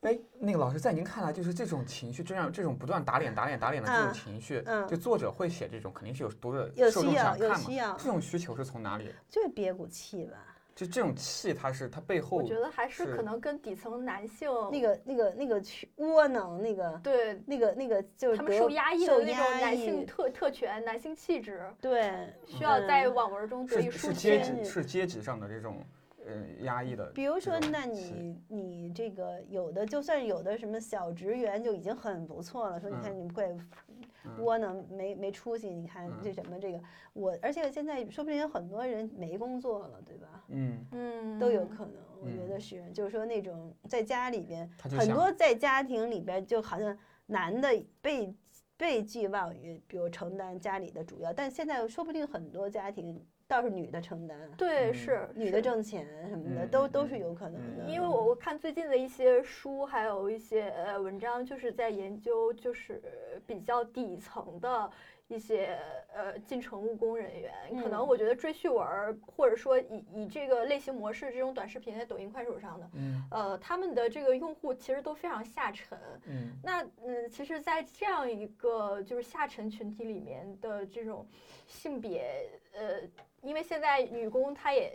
S3: 哎，那个老师，在您看来，就是这种情绪，这样这种不断打脸、打脸、打脸的这
S1: 嗯
S3: 种情绪，
S1: 嗯
S3: 就作者会写这种，肯定是有读者
S1: 有
S3: 受
S1: 需
S3: 众
S1: 要
S3: 想
S1: 有
S3: 看
S1: 需
S3: 嘛。
S1: 要
S3: 这，种需求是从哪里？
S1: 就是憋股气吧。
S3: 就这种气，它是它背
S2: 我
S3: 后，
S2: 觉得还是可
S3: 是
S2: 能跟底层男性
S1: 那个那个那个去窝囊，那个
S2: 对
S1: 那个那个就是
S2: 他们
S1: 得
S2: 受压抑的
S1: 受
S2: 那种
S1: 压
S2: 男性
S1: 抑，
S2: 特特权、男性气质，
S1: 对，
S2: 需要在
S1: 嗯
S2: 网文中得以
S3: 是
S2: 书
S3: 是阶
S2: 写。
S1: 宣
S3: 级是阶级上的这种呃压抑的这种气。
S1: 比如说，那你你这个有的就算有的什么小职员就已经很不错了，说你看
S3: 嗯
S1: 你不会
S3: 嗯
S1: 窝囊没没出息，你看
S3: 嗯
S1: 这什么这个我，而且现在说不定有很多人没工作了，对吧？
S3: 嗯，
S2: 嗯，
S1: 都有可能，我觉
S3: 嗯
S1: 得是，就是说那种在家里边，
S3: 他就
S1: 很
S3: 想
S1: 多在家庭里边就好像男的被被寄望于，比如承担家里的主要，但现在说不定很多家庭倒是女的承担，
S2: 对
S3: 嗯
S2: 是
S1: 女的。挣钱什么的，
S3: 嗯
S1: 都
S3: 嗯
S1: 都
S3: 嗯
S1: 是有可能
S3: 嗯
S1: 的。
S2: 是因为我我看最近的一些书，还有一些呃文章，就是在研究就是比较底层的一些呃进城务工人员。可能
S1: 嗯
S2: 我觉得追剧文儿，或者说以以这个类型模式这种短视频在抖音、快手上的，
S3: 嗯
S2: 呃，他们的这个用户其实都非常下沉。
S3: 嗯
S2: 那嗯，其实，在这样一个就是下沉群体里面的这种性别，呃，因为现在女工她也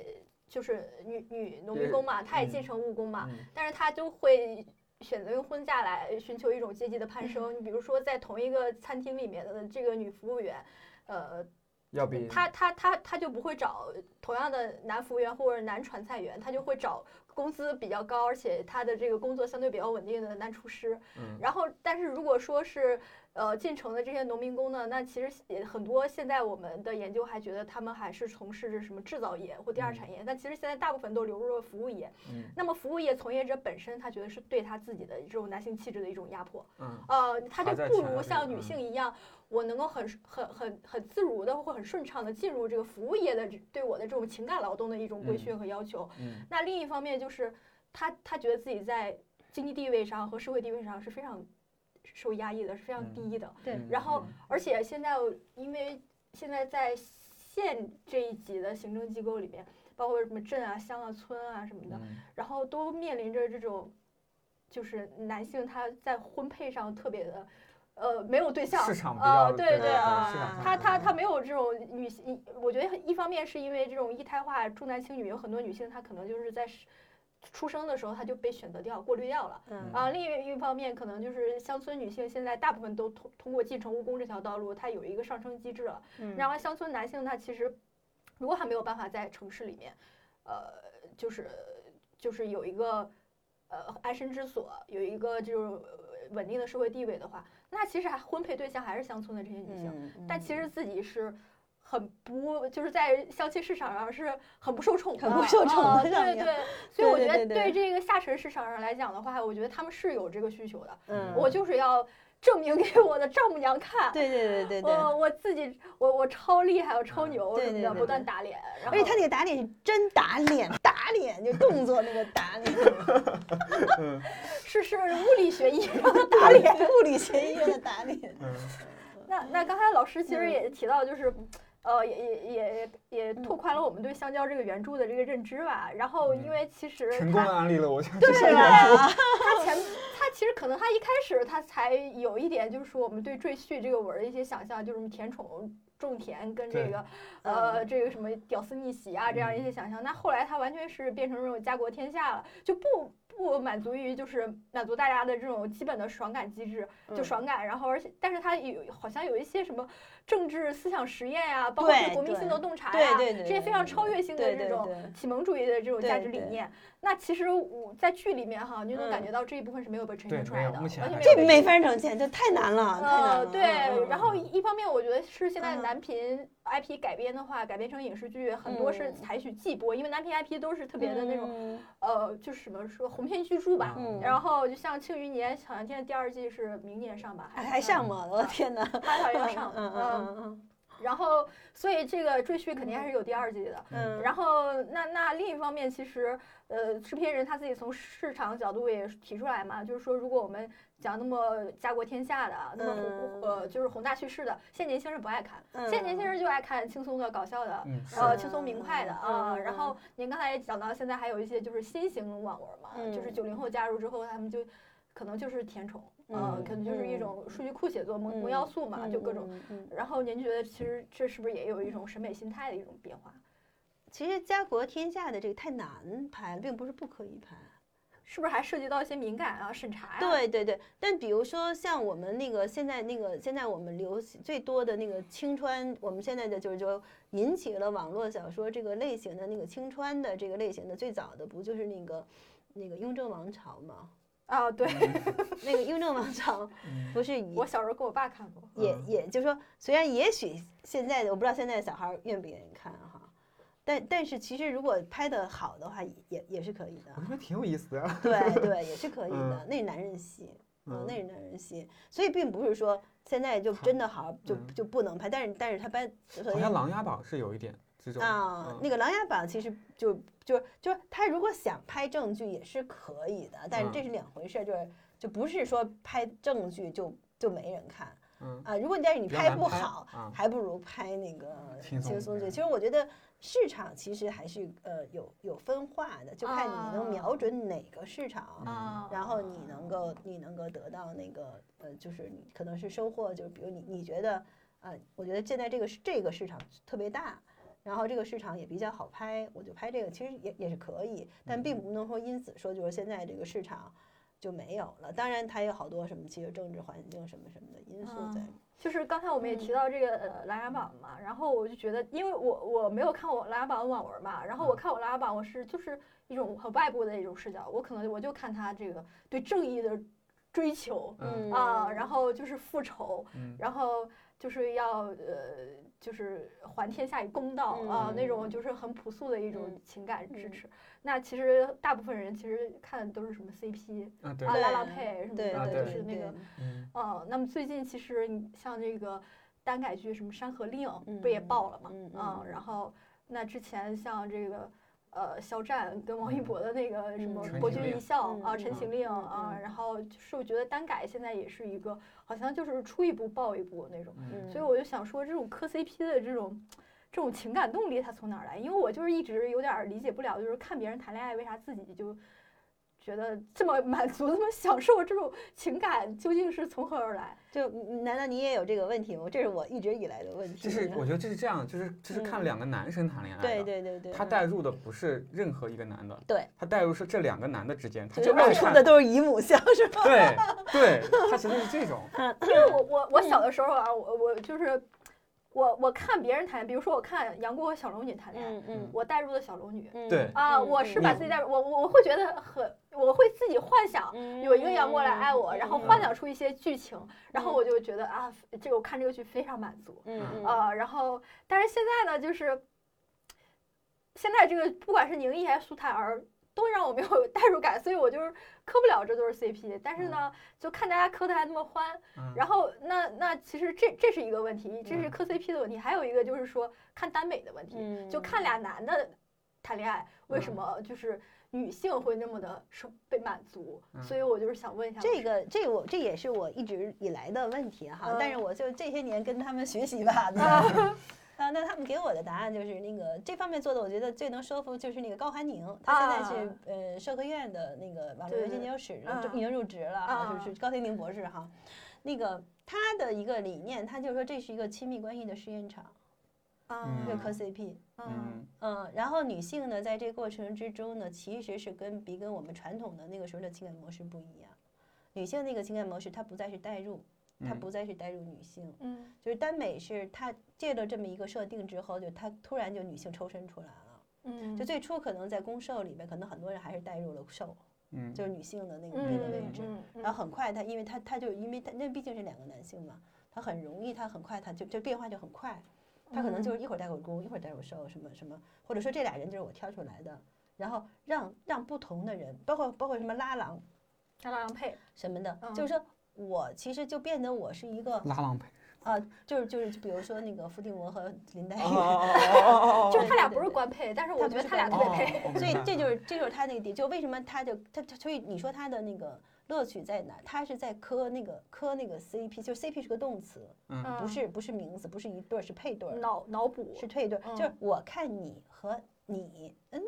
S2: 就是女女农民
S3: 也
S2: 工嘛，她也
S3: 嗯
S2: 进城务工
S1: 啊
S2: 嘛，
S3: 嗯
S2: 但是她就会选择用婚嫁来寻求一种阶级的攀
S3: 嗯
S2: 升。你比如说，在同一个餐厅里面的这个女服务员，呃，
S3: 要比
S2: 她她她她就不会找同样的男服务员或者男传菜员，她就会找工资比较高，而且她的这个工作相对比较稳定的男厨师。
S3: 嗯
S2: 然后，但是如果说是呃进城的这些农民工呢，那其实也很多现在我们的研究还觉得他们还是从事着什么制造业或第二
S3: 嗯
S2: 产业，但其实现在大部分都流入了服务业。
S3: 嗯
S2: 那么服务业从业者本身，他觉得是对他自己的这种男性气质的一种压迫，
S3: 嗯
S2: 呃，他就
S3: 还在
S2: 不
S3: 强
S2: 如
S3: 调这
S2: 像
S3: 个
S2: 女
S3: 嗯
S2: 性一样，我能够很很很很自如的或很顺畅的进入这个服务业的这对我的这种情感劳动的一种规
S3: 嗯
S2: 训和要求。
S3: 嗯
S2: 那另一方面就是他他觉得自己在经济地位上和社会地位上是非常受压抑的，是非常
S3: 嗯
S2: 低的。
S1: 对
S3: 嗯
S2: 然后
S3: 嗯
S2: 而且现在因为现在在县这一级的行政机构里面，包括什么镇啊、乡啊、村啊什么的，
S3: 嗯
S2: 然后都面临着这种，就是男性他在婚配上特别的，呃，没有对象，
S3: 市场比
S2: 呃，
S3: 较
S2: 对
S3: 对
S2: 啊，
S3: 市场上
S2: 他他
S3: 嗯
S2: 他没有这种女性，我觉得一方面是因为这种一胎化重男轻女，有很多女性她可能就是在是出生的时候她就被选择掉、过滤掉了。
S1: 嗯
S2: 啊，另一方面，可能就是乡村女性现在大部分都通通过进城务工这条道路，它有一个上升机制了。
S1: 嗯
S2: 然后乡村男性他其实如果还没有办法在城市里面，呃，就是就是有一个呃安身之所，有一个这种呃稳定的社会地位的话，那其实还婚配对象还是乡村的这些女性，
S1: 嗯
S2: 但其实自己是。很不就是在相亲市场上是很不受宠的，
S1: 很不受宠的
S2: 啊
S1: 上
S2: 对
S1: 面
S2: 对，所以我
S1: 对
S2: 觉
S1: 对
S2: 得
S1: 对对
S2: 对这个下沉市场上来讲的话，我觉得他们是有这个需求的。
S1: 嗯，
S2: 我就是要证明给我的丈母娘看，
S1: 对对对对对。
S2: 我哦我自己我我超厉害，我超
S3: 嗯
S2: 牛
S1: 对
S2: 什么
S1: 对
S2: 的，
S1: 对
S2: 不
S1: 对
S2: 断打脸。然
S1: 而且
S2: 后
S1: 他那个打脸是真打脸，打脸就动作那个打脸，
S2: 是是物理 学意义上的
S1: 打 脸，物理学意义的打脸。
S3: 嗯，
S2: 那那刚才老师
S1: 嗯
S2: 其实也提到，就是，呃，也也也也拓宽了我们对香蕉这个原著的这个认知吧。然后，因
S3: 嗯
S2: 为其实
S3: 成功
S2: 它
S3: 的安利了我，对
S1: 对
S2: 啊
S1: 呀，
S2: 它前它其实可能它一开始它才有一点，就是我们对赘婿这个文儿的一些想象，就是什么甜宠。种田跟这
S3: 对
S2: 个呃
S1: 嗯
S2: 这个什么屌丝逆袭啊这样一些想象，那后来它完全是变成这种家国天下了，就不不满足于就是满足大家的这种基本的爽感机制，
S1: 嗯
S2: 就爽感，然后而且，但是它有好像有一些什么政治思想实验呀、包括
S1: 对
S2: 是国民性
S1: 对
S2: 的洞察
S1: 对
S2: 呀、
S1: 对对
S2: 这
S1: 对
S2: 些非常
S1: 对
S2: 超越性的
S1: 对
S2: 这
S1: 对
S2: 种
S1: 对
S2: 启蒙主义的这种价
S1: 对
S2: 值理
S1: 对
S2: 念。那其实我在剧里面哈，你就能感
S1: 嗯
S2: 觉到这一部分是没有被呈
S3: 对
S2: 现出
S3: 没
S2: 来
S3: 有
S2: 的，
S3: 目前
S2: 完全
S3: 还
S2: 有
S1: 这
S2: 被
S1: 没法儿整钱，这太难了，太难
S2: 呃，
S1: 了。嗯
S2: 对，然后一方面我觉得是现在男频 IP 改编的话，改编成影视剧很多是
S1: 嗯
S2: 采取季播，因为男频 IP 都是特
S1: 特
S2: 别的那种，
S1: 种，
S2: 呃，就是什么说鸿篇巨著吧。
S1: 嗯
S2: 然后就像《庆余年》《小寒天》的第二季是明年上吧，
S1: 还还
S2: 上
S1: 上吗？我的天哪！
S2: 还好要嗯 上，
S1: 嗯
S2: 嗯，
S1: 嗯嗯
S2: 然后所以这个赘婿肯定还是有第二季的。
S1: 嗯，
S2: 然后，那那另一方面，其实，呃，制片人他自己从市场角度也提出来嘛，就是说，如果我们讲那么家国天下的啊，那么
S1: 嗯
S2: 宏呃就是宏大叙事的，现在年轻人不爱看，
S1: 嗯
S2: 现在年轻人就爱看轻松的、搞笑的，
S3: 嗯，是
S2: 呃，轻松明快的啊。
S1: 嗯
S2: 然后您刚才也讲到，现在还有一些就是新型网文嘛，就是
S1: 嗯
S2: 九零后加入之后，他们就可能就是甜宠，呃
S1: 嗯，
S2: 可能就是一
S1: 嗯
S2: 种数据库写作、萌萌要素嘛，就各种。
S1: 嗯。嗯嗯
S2: 然后您觉得，其实这是不是也有一种审美心态的一种变化？
S1: 其实家国天下的这个太难拍了，并不是不可以拍。
S2: 是不是还涉及到一些敏感啊、审查呀、
S1: 对对对，但比如说像我们那个现在那个现在我们流行最多的那个青川，我们现在的就是说引起了网络小说这个类型的那个青川的这个类型的最早的不就是那个那个雍正王朝吗？
S2: 啊，对，
S1: 嗯那个雍正王朝
S3: 嗯
S1: 不是以
S2: 我小时候跟我爸看过，
S1: 也
S3: 嗯
S1: 也就是说，虽然也许现在的我不知道现在的小孩儿愿不愿意看哈，但但是其实如果拍的好的话，也也也是可以的
S3: 我。觉得挺有意思的呀，
S1: 对对，也是可以的，那是男人戏，嗯，
S3: 嗯
S1: 那是男人戏，所以并不是说现在就
S3: 好
S1: 真的好就
S3: 嗯
S1: 就不能拍，但是但是他拍
S3: 好像《琅琊榜》是有一点这种
S1: 啊，那
S3: 嗯
S1: 个《琅琊榜》其实就就就是他如果想拍正剧也是可以的，但是
S3: 嗯
S1: 这是两回事儿，就是就不是说拍正剧就就没人看
S3: 嗯，
S1: 啊，如果但是你
S3: 比较难
S1: 不
S3: 拍
S1: 好，
S3: 啊，
S1: 还不如拍那个
S3: 轻松
S1: 松剧。
S3: 嗯
S1: 其实我觉得市场其实还是呃有有分化的，就看你能
S2: 啊
S1: 瞄准哪个市场，
S2: 啊，
S1: 嗯然后你能够你能够得到那个呃，就是你可能是收获，就是比如你你觉得呃，我觉得现在这个市这个市场特别大。然后这个市场也比较好拍，我就拍这个，其实也也是可以，但
S3: 嗯
S1: 并不能说因此说就是现在这个市场就没有了。当然，它有好多什么其实政治环境什么什么的因素在
S2: 啊。就是刚才我们也提到这个呃《琅琊榜》嘛，然后我就觉得，因为我我没有看过《琅琊榜》的网文嘛，然后
S1: 嗯
S2: 我看我《琅琊榜》，我是就是一种很外部的一种视角，我可能我就看他这个对正义的追求
S3: 嗯
S2: 啊，然后就是复仇，
S3: 嗯
S2: 然后就是要呃，就是还天下以公道啊、那种
S1: 嗯
S2: 就是很朴素的一种
S1: 嗯
S2: 情感支
S1: 嗯
S2: 持。那其实大部分人其实看的都是什么 CP
S3: 啊对啊
S2: 啊、拉拉
S1: 对
S2: 配什么
S1: 对
S2: 的，
S1: 对
S2: 啊就
S1: 对
S2: 是那个
S1: 对
S3: 嗯
S2: 哦、那么最近其实你像这个耽改剧什么《山河令》不也
S1: 嗯
S2: 爆了嘛？
S1: 嗯
S2: 啊
S1: 嗯
S2: 然后那之前像这个。呃，肖战跟王一博的那个什么
S1: 嗯
S2: 《
S1: 陈
S2: 国
S3: 情
S2: 君
S3: 令
S2: 一笑》
S1: 嗯
S2: 啊，《陈
S1: 嗯
S2: 情令》
S1: 嗯
S2: 啊，
S1: 嗯
S2: 然后就是我觉得耽改现在也是一个，好像就是出一部爆一部那种。
S3: 嗯
S1: 嗯
S2: 所以我就想说，这种磕 CP 的这种这种情感动力它从哪儿来？因为我就是一直有点儿理解不了，就是看别人谈恋爱，为啥自己就觉得这么满足、这么享受这种情感究竟是从何而来？
S1: 就嗯难道你也有这个问题吗？这是我一直以来的问题。
S3: 就是我觉得这是这样，就是这是看
S1: 嗯
S3: 两个男生谈恋爱
S1: 对
S3: 的
S1: 对对对，
S3: 他带入的不是任何一个男的，
S1: 对，
S3: 他带入是这两个男的之间，他
S1: 就是
S3: 就爱
S1: 爱出
S3: 看，
S1: 的都是姨母笑是吧？
S3: 对对，他其实是这种，
S1: 嗯
S2: 因为我我我小的时候啊，我我就是我我看别人谈，比如说我看杨过和小龙女谈恋爱，
S1: 嗯嗯
S2: 我带入了小龙女
S1: 嗯，
S3: 对
S2: 啊，
S1: 嗯
S2: 我是把
S3: 嗯
S2: 自己带入，我我我会觉得很，我会自己幻想。有一个杨过来爱我，然后
S1: 嗯
S2: 幻想出一些剧情，然后
S1: 嗯
S2: 我就觉得啊，这个我看这个剧非常满足，
S1: 嗯嗯
S2: 呃，然后但是现在呢，就是现在这个不管是宁毅还是苏檀儿，都让我没有 代入感，所以我就是磕不了这对 CP。但是
S1: 嗯
S2: 呢，就看大家磕的还那么欢，
S3: 嗯
S2: 然后那那其实这这是一个问题，这是磕 CP 的问题，还有一个就是说看耽美的问题，
S1: 嗯
S2: 就看俩男的谈恋爱，为什
S3: 嗯
S2: 么就是女性会那么的受被满足？
S3: 嗯
S2: 所以我就是想问一下
S1: 这个，这我这也是我一直以来的问题哈，但是
S2: 嗯
S1: 我就这些年跟他们学习吧，对吧啊，那他们给我的答案就是那个这方面做的，我觉得最能说服就是那个高寒宁，他现在是
S2: 啊
S1: 呃社科院的那个网络
S2: 对
S1: 研究
S2: 对
S1: 研究室
S2: 啊
S1: 就已经入职了哈，
S2: 啊
S1: 就是高天宁博士哈，那个他的一个理念，他就说这是一个亲密关系的试验场，
S2: 啊，
S3: 嗯
S1: 就磕 CP，
S2: 嗯
S1: 嗯，然后女性呢，在这过程之中呢，其实是跟比跟我们传统的那个时候的情感模式不一样。女性那个情感模式，它不再是代入，它
S3: 嗯
S1: 不再是代入女性，
S2: 嗯
S1: 就是耽美是它借了这么一个设定之后，就它突然就女性抽身出来了。
S2: 嗯，
S1: 就最初可能在公受里面，可能很多人还是代入了受，
S3: 嗯
S1: 就是女性的那个那个位
S2: 嗯
S1: 置。
S2: 嗯嗯，
S1: 然后很快它，因为它它就因为它那毕竟是两个男性嘛，它很容易，它很快，它就就变化就很快。他可能
S2: 嗯
S1: 就是一会儿带我攻，一会儿带我受，什么什么，或者说这俩人就是我挑出来的，然后让让不同的人，包括包括什么拉郎
S2: 张郎配，
S1: 什么的，
S2: 嗯
S1: 就是说我其实就变得我是一个
S3: 拉郎配，
S1: 啊、就是就是比如说那个伏地魔和林黛玉，
S3: 哦
S2: 就是他俩
S1: 对对
S2: 不是
S1: 对
S2: 官配，但是
S1: 他
S2: 我
S1: 不
S2: 觉得
S1: 是
S2: 他俩特
S1: 官
S2: 别
S1: 配
S2: 配。
S1: 所以这就是这就是他那个点，就为什么他就他他所以你说他的那个乐趣在哪儿？他是在磕那个磕那个 CP，就是 CP 是个动词，
S3: 嗯
S1: 不是不是名字，不是一对儿，是配对儿。
S2: 脑脑补
S1: 是配对儿，就是
S2: 嗯
S1: 我看你和你，嗯，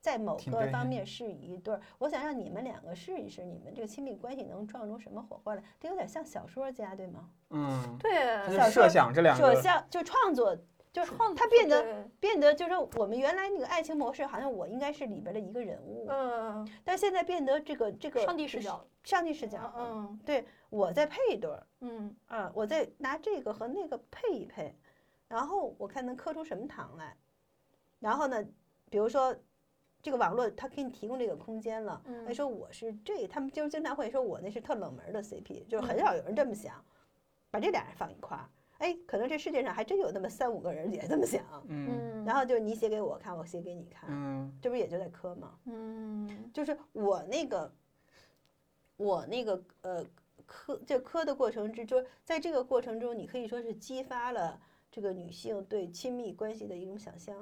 S1: 在某
S3: 挺
S1: 个
S3: 对
S1: 方
S3: 的
S1: 面是一对儿。我想让你们两个试一试，你们这个亲密关系能撞出什么火花来？这有点像小说家，对吗？
S3: 嗯，他
S2: 对
S3: 就设想这两
S1: 说
S3: 个，
S1: 像就创作，就是
S2: 创
S1: 它
S2: 作
S1: 变得
S2: 对
S1: 变得就是说我们原来那个爱情模式，好像我应该是里边的一个人物，
S2: 嗯
S1: 但现在变得这个这个
S2: 上帝视，角，
S1: 上帝视角，，
S2: 嗯
S1: 我在配对儿
S2: 嗯
S1: 啊，我在拿这个和那个配一配，然后我看能磕出什么糖来。然后呢，比如说这个网络它给你提供这个空间了，
S2: 嗯
S1: 他说我是这，他们就经常会说我那是特冷门的 CP，就是很
S2: 嗯
S1: 少有人这么想，把这俩人放一块儿，哎，可能这世界上还真有那么三五个人也这么想。
S3: 嗯
S2: 嗯，
S1: 然后就是你写给我看，我写给你看，
S3: 嗯
S1: 这不也就在磕吗？
S2: 嗯
S1: 就是我那个，我那个呃磕这磕的过程之中，在这个过程中，你可以说是激发了这个女性对亲密关系的一种想象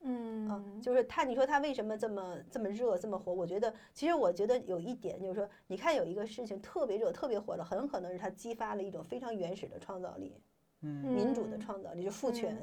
S2: 嗯
S1: 啊。就是她，你说她为什么这么这么热这么火？我觉得，其实我觉得有一点就是说，你看有一个事情特别热、特别火了，很可能是它激发了一种非常原始的创造力，
S3: 嗯
S1: 民主的
S2: 嗯
S1: 创造力，就父权。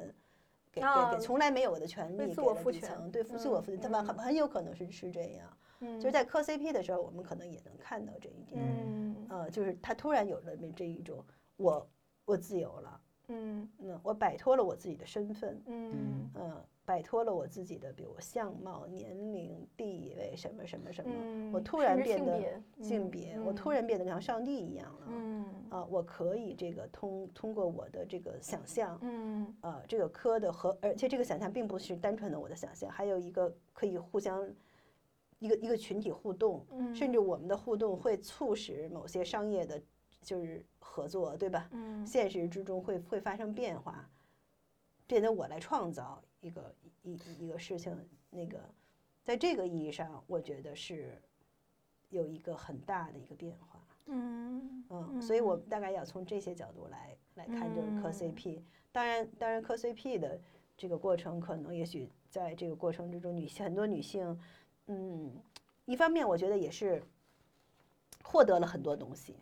S1: 给给
S2: 啊
S1: 给从来没有的权利
S2: 为
S1: 给
S2: 自我
S1: 了
S2: 赋
S1: 底
S2: 权
S1: 层，对父自我
S2: 嗯
S1: 赋权，他们很很有可能是是这样。
S2: 嗯
S1: 就是在磕 CP 的时候，我们可能也能看到这一点。
S2: 嗯
S1: 呃，就是他突然有了这一种，我我自由了，
S2: 嗯
S1: 嗯，我摆脱了我自己的身份，
S2: 嗯
S1: 嗯，摆脱了我自己的，比如相貌、年龄、地位什么什么什么，
S2: 嗯，
S1: 我突
S2: 甚
S1: 然
S2: 至
S1: 变
S2: 性
S1: 得
S2: 别
S1: 性
S2: 嗯
S1: 别，我突
S2: 嗯
S1: 然变得像上帝一样了。
S2: 嗯
S1: 啊、我可以这个通通过我的这个想象，
S2: 嗯
S1: 呃，这个科的和，而且这个想象并不是单纯的我的想象，还有一个可以互相，一个一个群体互动，
S2: 嗯，
S1: 甚至我们的互动会促使某些商业的，就是合作，对吧？
S2: 嗯
S1: 现实之中会会发生变化，变得我来创造一个一一一个事情。那个，在这个意义上，我觉得是有一个很大的一个变化。
S2: 嗯
S1: 嗯，所以我
S2: 嗯
S1: 们大概要从这些角度来来看，就是磕
S2: 嗯
S1: CP。当然，当然磕 CP 的这个过程，可能也许在这个过程之中，女性很多女性，嗯，一方面我觉得也是获得了很多东西。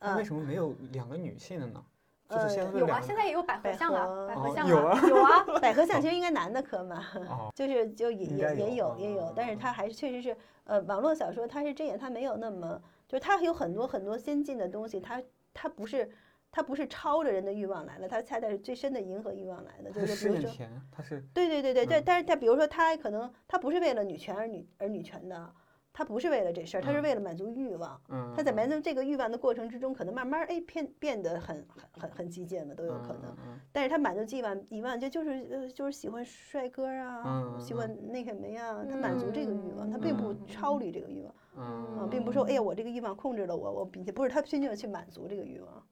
S3: 那为
S1: 嗯，
S3: 什么没有两个女性的呢？就是现在
S2: 有啊，
S3: 两
S2: 现在也有百合
S1: 百
S2: 相
S1: 合
S2: 了，百合
S3: 哦
S2: 相
S3: 有
S2: 了
S3: 啊
S2: 有 啊，
S1: 百合相其实应该男的磕嘛，
S3: 哦，
S1: 就是就也
S3: 应该
S1: 也也
S3: 有
S1: 有也有，但是
S3: 嗯
S1: 它还是确实是呃，网络小说它是这样，它没有那么就是它有很多很多先进的东西，它它不是。它不是抄着人的欲望来了，它恰恰是最深的迎合欲望来的。
S3: 她
S1: 就是是
S3: 试
S1: 比如
S3: 验
S1: 说，
S3: 田，她是
S1: 对对对对对，
S3: 嗯
S1: 但是他比如说他可能他不是为了女权而女而女权的，他不是为了这事儿，他是
S3: 嗯
S1: 为了满足欲望。
S3: 嗯，
S1: 他在
S3: 嗯
S1: 满足这个欲望的过程之中，可能慢慢哎变变得很很很很激进了，都有可能。，
S3: 嗯
S1: 但是他满足欲望欲望，就就是呃就是喜欢帅哥啊，
S3: 嗯
S1: 喜
S3: 嗯
S1: 欢那什么呀，他满足这个欲望，他并不
S3: 嗯
S1: 超离这个欲望。
S3: 嗯
S1: 啊，
S3: 嗯，
S1: 并不是说，哎呀，我这个欲望控制了我，我并且不是他拼命地去满足这个欲望，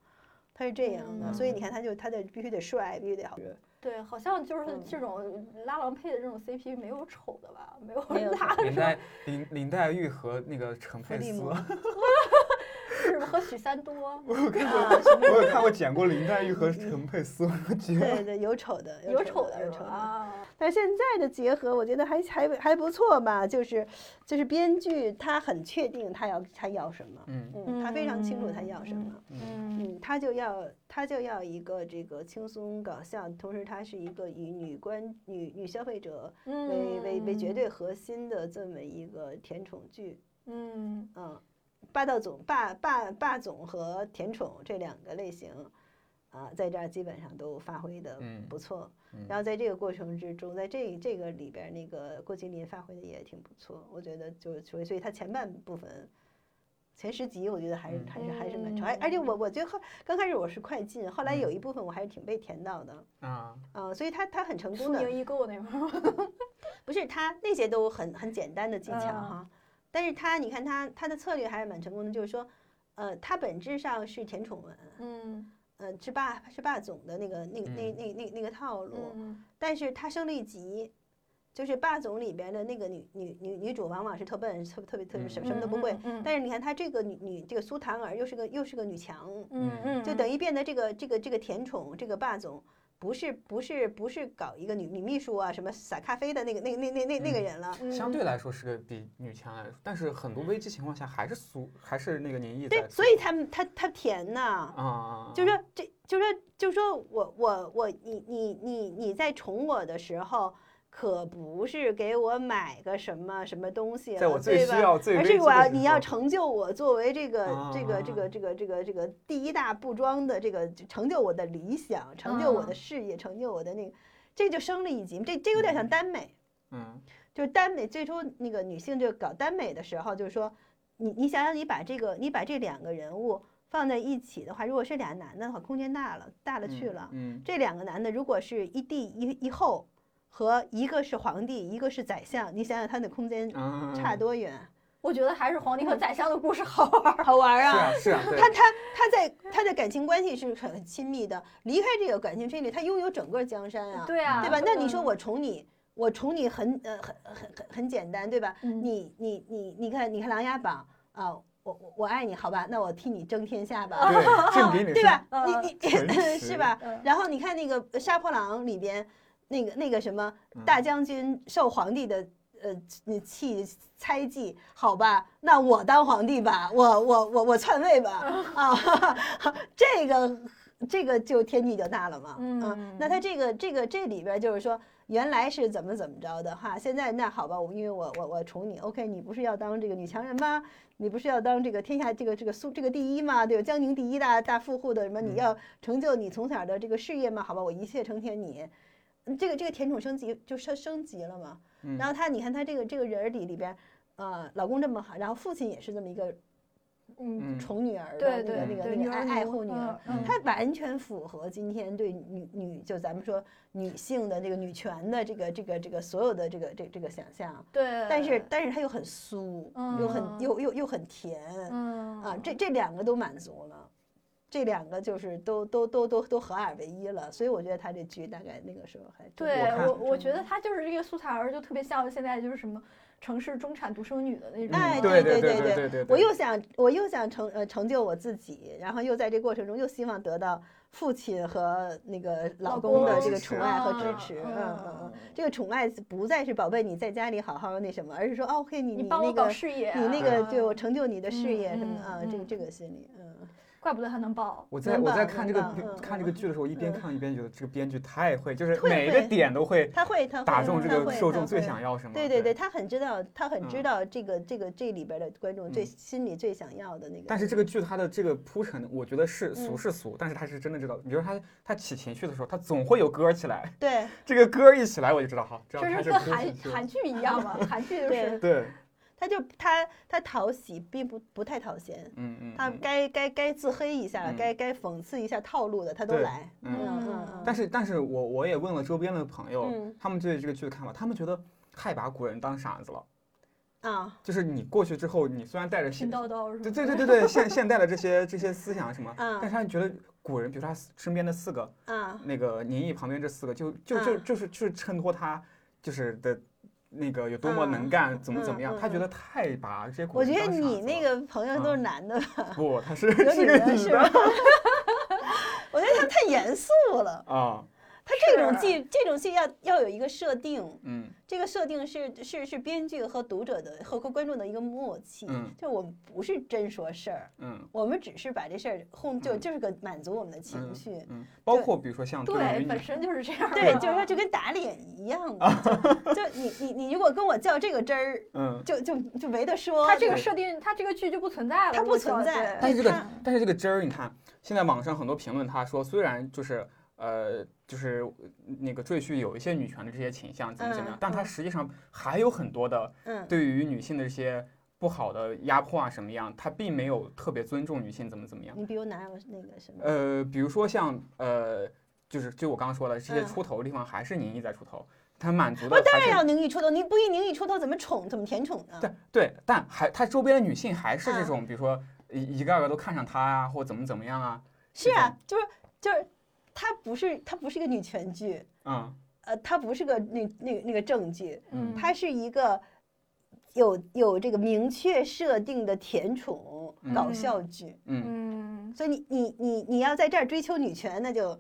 S1: 他是这样
S3: 嗯
S1: 的，所以你看，他就他得必须得帅，必须得好，
S2: 对，好像就是
S1: 嗯
S2: 这种拉郎配的这种 CP 没有丑的吧？没有
S1: 没有
S2: 拉
S3: 林黛林林黛玉和那个陈
S1: 何
S3: 佩
S1: 立
S3: 斯，
S1: 吗
S3: 我
S2: 是和许三 多
S3: 有看过，
S1: 啊，
S3: 我有看过剪过林黛玉和陈佩斯，我觉得
S1: 对对，有丑的，
S2: 有
S1: 丑
S2: 丑的
S1: 有
S2: 是
S1: 丑
S2: 吧？
S1: 的。
S2: 啊，
S1: 但现在的结合，我觉得还还还不错吧，就是就是编剧他很确定他要他要什么，
S3: 嗯
S1: 嗯，他非常清楚他要什么。
S3: 嗯
S1: 嗯，他就要他就要一个这个轻松搞笑，同时他是一个以女观女女消费者
S2: 嗯
S1: 为为为绝，对核心的这么一个甜宠剧，
S2: 嗯
S1: 嗯，霸道总霸霸霸总和甜宠这两个类型，啊，在这儿基本上都发挥的
S3: 嗯
S1: 不错。
S3: 嗯
S1: 然后在这个过程之中，在这这个里边儿，那个郭麒麟发挥的也挺不错，我觉得就所以所以他前半部分。前十集我觉得还是还是还是蛮
S2: 嗯
S1: 长，而而且我我觉得后刚开始我是快进，后来有一部分我还是挺被甜到的，
S3: 啊，
S1: 啊，所以他他很成功
S2: 苏
S1: 的，
S2: 宁易购那会儿，
S1: 不是他那些都很很简单的技巧
S2: 嗯
S1: 哈，但是他你看他他的策略还是蛮成功的，就是说，呃，他本质上是甜宠文，
S2: 嗯
S1: 呃，是霸是霸总的那个那个那那那那个套路，
S2: 嗯
S1: 但是他升了一级，就是霸总里边的那个女女女女主往往是特笨，特特别特别什么什么都不会，，
S2: 嗯
S1: 但是你看他这个女女这个苏檀儿又是个又是个女强，
S2: 嗯嗯，
S1: 就等于变得这个这个这个甜宠这个霸总。不是不是不是搞一个女女秘书啊，什么撒咖啡的那个那个那那那那个
S3: 嗯
S1: 人了，
S3: 相对来说是个比女强来说，但是很多危机情况下还是苏还是那个宁毅在
S1: 对，
S3: 苏
S1: 所以他们他他甜呐，
S3: 啊，
S1: 就说这，就说就说我我我你你你你在宠我的时候，可不是给我买个什么什么东西
S3: 在
S1: 了，
S3: 我最
S1: 对
S3: 需
S1: 吧？
S3: 要最
S1: 而
S3: 危
S1: 是
S3: 机
S1: 我
S3: 的
S1: 要
S3: 时
S1: 你要
S3: 候
S1: 成就我作为这个这个这
S3: 啊
S1: 个这个这个这个第一大布庄的这个成就我的理想，成就我的
S2: 啊
S1: 事业，成就我的那个，这就升了一级，这这有点像耽美。
S3: 嗯
S1: 就是耽美最初那个女性就搞耽美的时候，就是说，你你想想，你把这个你把这两个人物放在一起的话，如果是俩男的的话，空间大了大了去了。
S3: 嗯
S1: 这两个男的如果是一帝一一后，和一个是皇帝，一个是宰相，你想想他的空间
S3: 嗯
S1: 差多远？
S2: 我觉得还是皇帝和宰相的故事嗯好玩儿。
S1: 好玩
S3: 是！啊是啊，对
S1: 他他他在他的感情关系是很亲密的，离开这个感情圈里，他拥有整个江山啊，
S2: 对啊，
S1: 对吧？那你说我宠你，我宠你很呃很很很很简单，对吧？
S2: 嗯
S1: 你你你你看你看《琅琊榜》啊，我我我爱你，好吧，那我替你争天下吧，
S3: 对，这比 你
S1: 对
S3: 是
S1: 吧？
S2: 嗯
S1: 你你
S3: 诚
S1: 是
S3: 实
S1: 吧
S2: 嗯？
S1: 然后你看那个《杀破狼》里边那个那个什么
S3: 嗯
S1: 大将军受皇帝的。呃，那气猜忌，好吧，那我当皇帝吧，我我我我篡位吧，啊，这个这个就天地就大了嘛，啊
S2: 嗯
S1: 那他这个这个这里边儿就是说，原来是怎么怎么着的哈，现在那好吧，我因为我我我宠你，OK，你不是要当这个女强人吗？你不是要当这个天下这个这个苏这个第一吗？对吧？江宁第一大大富户的什么？你
S3: 嗯
S1: 要成就你从小的这个事业吗？好吧，我一切成全你。嗯这个这个甜宠升级就升升级了嘛。
S2: 嗯
S1: 然后他你看他这个这个人儿里里边，呃，老公这么好，然后父亲也是这么一个
S2: 嗯，
S3: 嗯
S1: 宠女儿的
S2: 对
S1: 那个那
S2: 对
S1: 个
S2: 对，
S1: 那
S2: 女
S1: 个爱
S2: 儿
S1: 爱护女儿。
S2: 嗯嗯
S1: 它完全符合今天对女女就咱们说女性的这个女权的这个这个这个所有的这个这这个想象，
S2: 对，
S1: 但是但是它又很酥，又很
S2: 嗯
S1: 又又又很甜
S2: 嗯
S1: 啊，这这两个都满足了，这两个就是都都都都都合二为一了，所以我觉得他这剧大概那个时候还真
S2: 对
S1: 的
S3: 看
S2: 我，
S1: 挺
S2: 我觉
S1: 成
S2: 得她就是这个素材儿，就特别像现在就是什么城市中产独生女的那种。
S1: 哎
S3: 嗯对
S1: 对对
S3: 对
S1: 对
S3: 对对，
S1: 我又想，我又想成呃成就我自己，然后又在这过程中又希望得到父亲和那个老
S2: 老
S1: 公的
S3: 公
S1: 这个
S3: 支
S1: 宠
S3: 持
S1: 爱和
S2: 啊
S1: 支持。嗯嗯嗯
S2: 嗯，
S1: 这个宠爱不再是宝贝你在家里好好那什么，而是说哦 OK 你
S2: 你帮
S1: 那
S2: 我搞
S1: 个
S2: 事业啊，
S1: 你那个就
S2: 嗯
S1: 成就你的事业什么的
S2: 嗯
S1: 啊，
S2: 嗯
S1: 这个
S2: 嗯
S1: 这个心理嗯。
S2: 怪不得她能爆。
S3: 我在
S1: 能
S3: 我
S1: 吧
S3: 在看这
S1: 能吧
S3: 个
S1: 嗯
S3: 看这个剧的时候，一边
S1: 嗯
S3: 看一边觉得这个编剧太会，就是
S1: 会
S3: 每一个
S1: 会
S3: 点都会
S1: 他会，他会，
S3: 打中这
S1: 他
S3: 个
S1: 会
S3: 受
S1: 他
S3: 众最
S1: 会
S3: 想要什么。
S1: 对对对，他很知道，他很知
S3: 嗯
S1: 道这个这个这里边的观众最
S3: 嗯
S1: 心里最想要的那个。
S3: 但是这个剧它的这个铺陈，我觉得是俗
S1: 嗯
S3: 是俗，但是它是真的知道。比如它它起情绪的时候，它总会有歌儿起来，
S1: 对
S3: 这个歌儿一起来我就知道，好，这
S2: 这是
S3: 是
S2: 跟
S3: 铺
S2: 韩
S3: 情绪了。
S2: 韩剧一样嘛，韩剧就
S1: 对
S2: 是
S3: 对，
S1: 他就他他讨喜，并不不太讨嫌，
S3: 嗯嗯，
S1: 他
S3: 嗯
S1: 该该该自黑一下，
S3: 嗯
S1: 该该讽刺一下套路的，他都
S3: 对
S1: 来。
S3: 嗯
S1: 嗯
S3: 但是但是我我也问了周边的朋友，
S1: 嗯
S3: 他们对这个剧的看法，他们觉得太把古人当傻子了，
S1: 嗯啊
S3: 就是你过去之后，你虽然带着
S2: 神
S3: 现
S2: 叨叨是
S3: 对
S2: 吗？
S3: 对对对对现现代的这些这些思想什么，
S1: 嗯
S3: 但是他觉得古人，比如说他身边的四个
S1: 啊
S3: 那个宁毅旁边这四个，就就就
S1: 嗯
S3: 就是就是衬托他就是的。那个有多么能干，怎么怎么样？
S1: 嗯
S3: 他觉
S1: 嗯
S3: 得太把这些古
S1: 我
S3: 人
S1: 觉
S3: 当傻
S1: 得
S3: 子了。
S1: 你那个朋友都
S3: 嗯
S1: 是男的吧，
S3: 不，他是
S1: 有
S3: 是
S1: 女
S3: 个
S1: 的
S3: 女
S1: 是
S3: 的
S1: 吧？我觉得他太严肃 了。
S3: 啊，
S1: 他这种
S2: 是
S1: 剧，这种剧要要有一个设定，
S3: 嗯
S1: 这个设定是是是编剧和读者的和和观众的一个默契，
S3: 嗯
S1: 就我们不是真说事儿，
S3: 嗯
S1: 我们只是把这事儿哄，就
S3: 嗯
S1: 就是个满足我们的情
S3: 嗯
S1: 绪。
S3: 嗯，包
S1: 对
S3: 括比如说像于
S2: 对，
S3: 你
S2: 本身就是这样的。
S1: 对，就是说就跟打脸一 样嘛，就就你你你如果跟我较这个真儿，
S3: 嗯，
S1: 就就就没得说。
S2: 它这个
S3: 对
S2: 设定，它这个剧就不存在了。
S1: 它不
S2: 我觉
S1: 存
S2: 得
S1: 在
S2: 对
S3: 但是这
S1: 他
S3: 个但是这个汁儿，你看现在网上很多评论，他说虽然就是呃就是那个赘婿有一些女权的这些倾向怎么怎么样，
S1: 嗯
S3: 但他
S1: 嗯
S3: 实际上还有很多的
S1: 嗯
S3: 对于女性的这些不好的压迫啊什么样，他并没有特别尊重女性怎么怎么样。
S1: 你比如哪有那个什么？
S3: 呃，比如说像呃就是就我刚刚说的这些
S1: 嗯
S3: 出头的地方，还是宁毅在出头，他满足的
S1: 我当
S3: 还
S1: 然
S3: 是
S1: 要宁毅出头，你不一宁毅出头怎么宠怎么甜宠呢？
S3: 对对，但还他周边的女性还是这
S1: 嗯
S3: 种，比如说一一个二个都看上他啊，或怎么怎么样啊，
S1: 是
S3: 这
S1: 啊
S3: 种，
S1: 就是就是，它不是它不是一个女权剧，
S3: 嗯
S1: 呃，它不是个那那个那个正剧，
S3: 嗯
S1: 它是一个有有这个明确设定的甜宠搞
S2: 嗯
S1: 笑剧。
S3: 嗯
S2: 嗯，
S1: 所以你你你你要在这儿追求女权，那就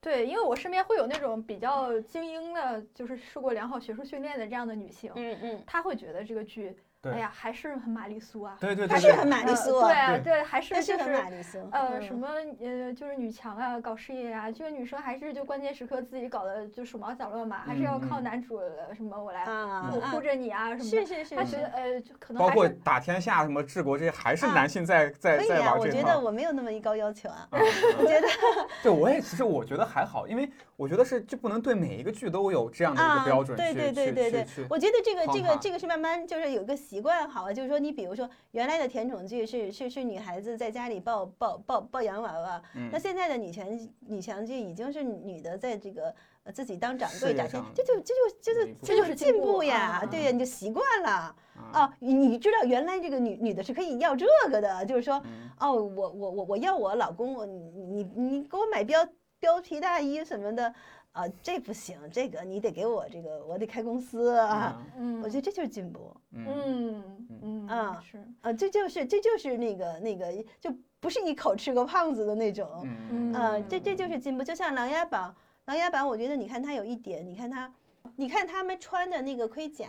S2: 对，因为我身边会有那种比较精英的，就是受过良好学术训练的这样的女性，
S1: 嗯嗯，
S2: 她会觉得这个剧，
S3: 对
S2: 哎呀，还是很玛丽苏啊，
S3: 对对对，
S1: 她
S3: 对
S1: 是很玛丽
S2: 呃
S1: 苏
S2: 对
S1: 啊，
S2: 啊
S3: 对
S2: 对，还是
S1: 她
S2: 就是
S1: 很
S2: 是
S1: 玛丽苏。
S2: 呃
S1: 嗯
S2: 什么呃就是女强啊，搞事业啊，这个女生还是就关键时刻自己搞的就手忙脚乱嘛，还是要靠
S3: 嗯嗯
S2: 男主呃什么我来
S3: 嗯
S1: 啊
S2: 护护
S1: 啊，
S2: 着你啊什么的，
S1: 是是是
S2: 她
S1: 是
S2: 觉得呃就可能
S3: 包
S2: 还
S3: 括
S2: 是
S3: 打天下什么治国这些，还是
S1: 啊
S3: 男性在在
S1: 可以
S3: 在
S1: 啊，
S3: 玩
S1: 我
S3: 这
S1: 觉得
S3: 套。
S1: 我没有那么一高要求 啊。
S3: 啊，我觉得对我也其实我觉得还好，因为我觉得是就不能对每一个剧都有这样的一个
S1: 啊，
S3: 标准去、
S1: 对对对对对
S3: 去去，去
S1: 我觉得这个这
S3: 框
S1: 个
S3: 它
S1: 这个是慢慢就是有一个习惯好了，就是说你比如说原来的甜宠剧是是是女孩子在家里抱抱抱抱洋娃娃，
S3: 嗯
S1: 那现在的女权女强剧已经是女的在这个呃自己当掌
S3: 事
S1: 柜
S3: 业
S1: 打天
S3: 上，
S1: 这就这就这就这就是
S2: 分这就
S3: 有一部
S2: 是
S1: 进
S2: 进步
S1: 步呀
S2: 啊，
S1: 对呀，你就习惯了。
S3: 啊，
S1: 哦，你你知道原来这个女女的是可以要这个的，就是说，
S3: 嗯
S1: 哦，我我我我要我老公，我你你你给我买膘膘皮大衣什么的，啊，这不行，这个你得给我这个，我得开公司啊，
S2: 嗯，
S1: 我觉得这就是进步
S3: 嗯
S2: 嗯嗯
S1: 啊
S2: 是
S1: 啊，这就是这就是那个那个就不是一口吃个胖子的那种，
S3: 嗯
S1: 呃，这这就是进步。就像《琅琊榜》，《琅琊榜》，我觉得你看它有一点，你看它，你看他们穿的那个盔甲，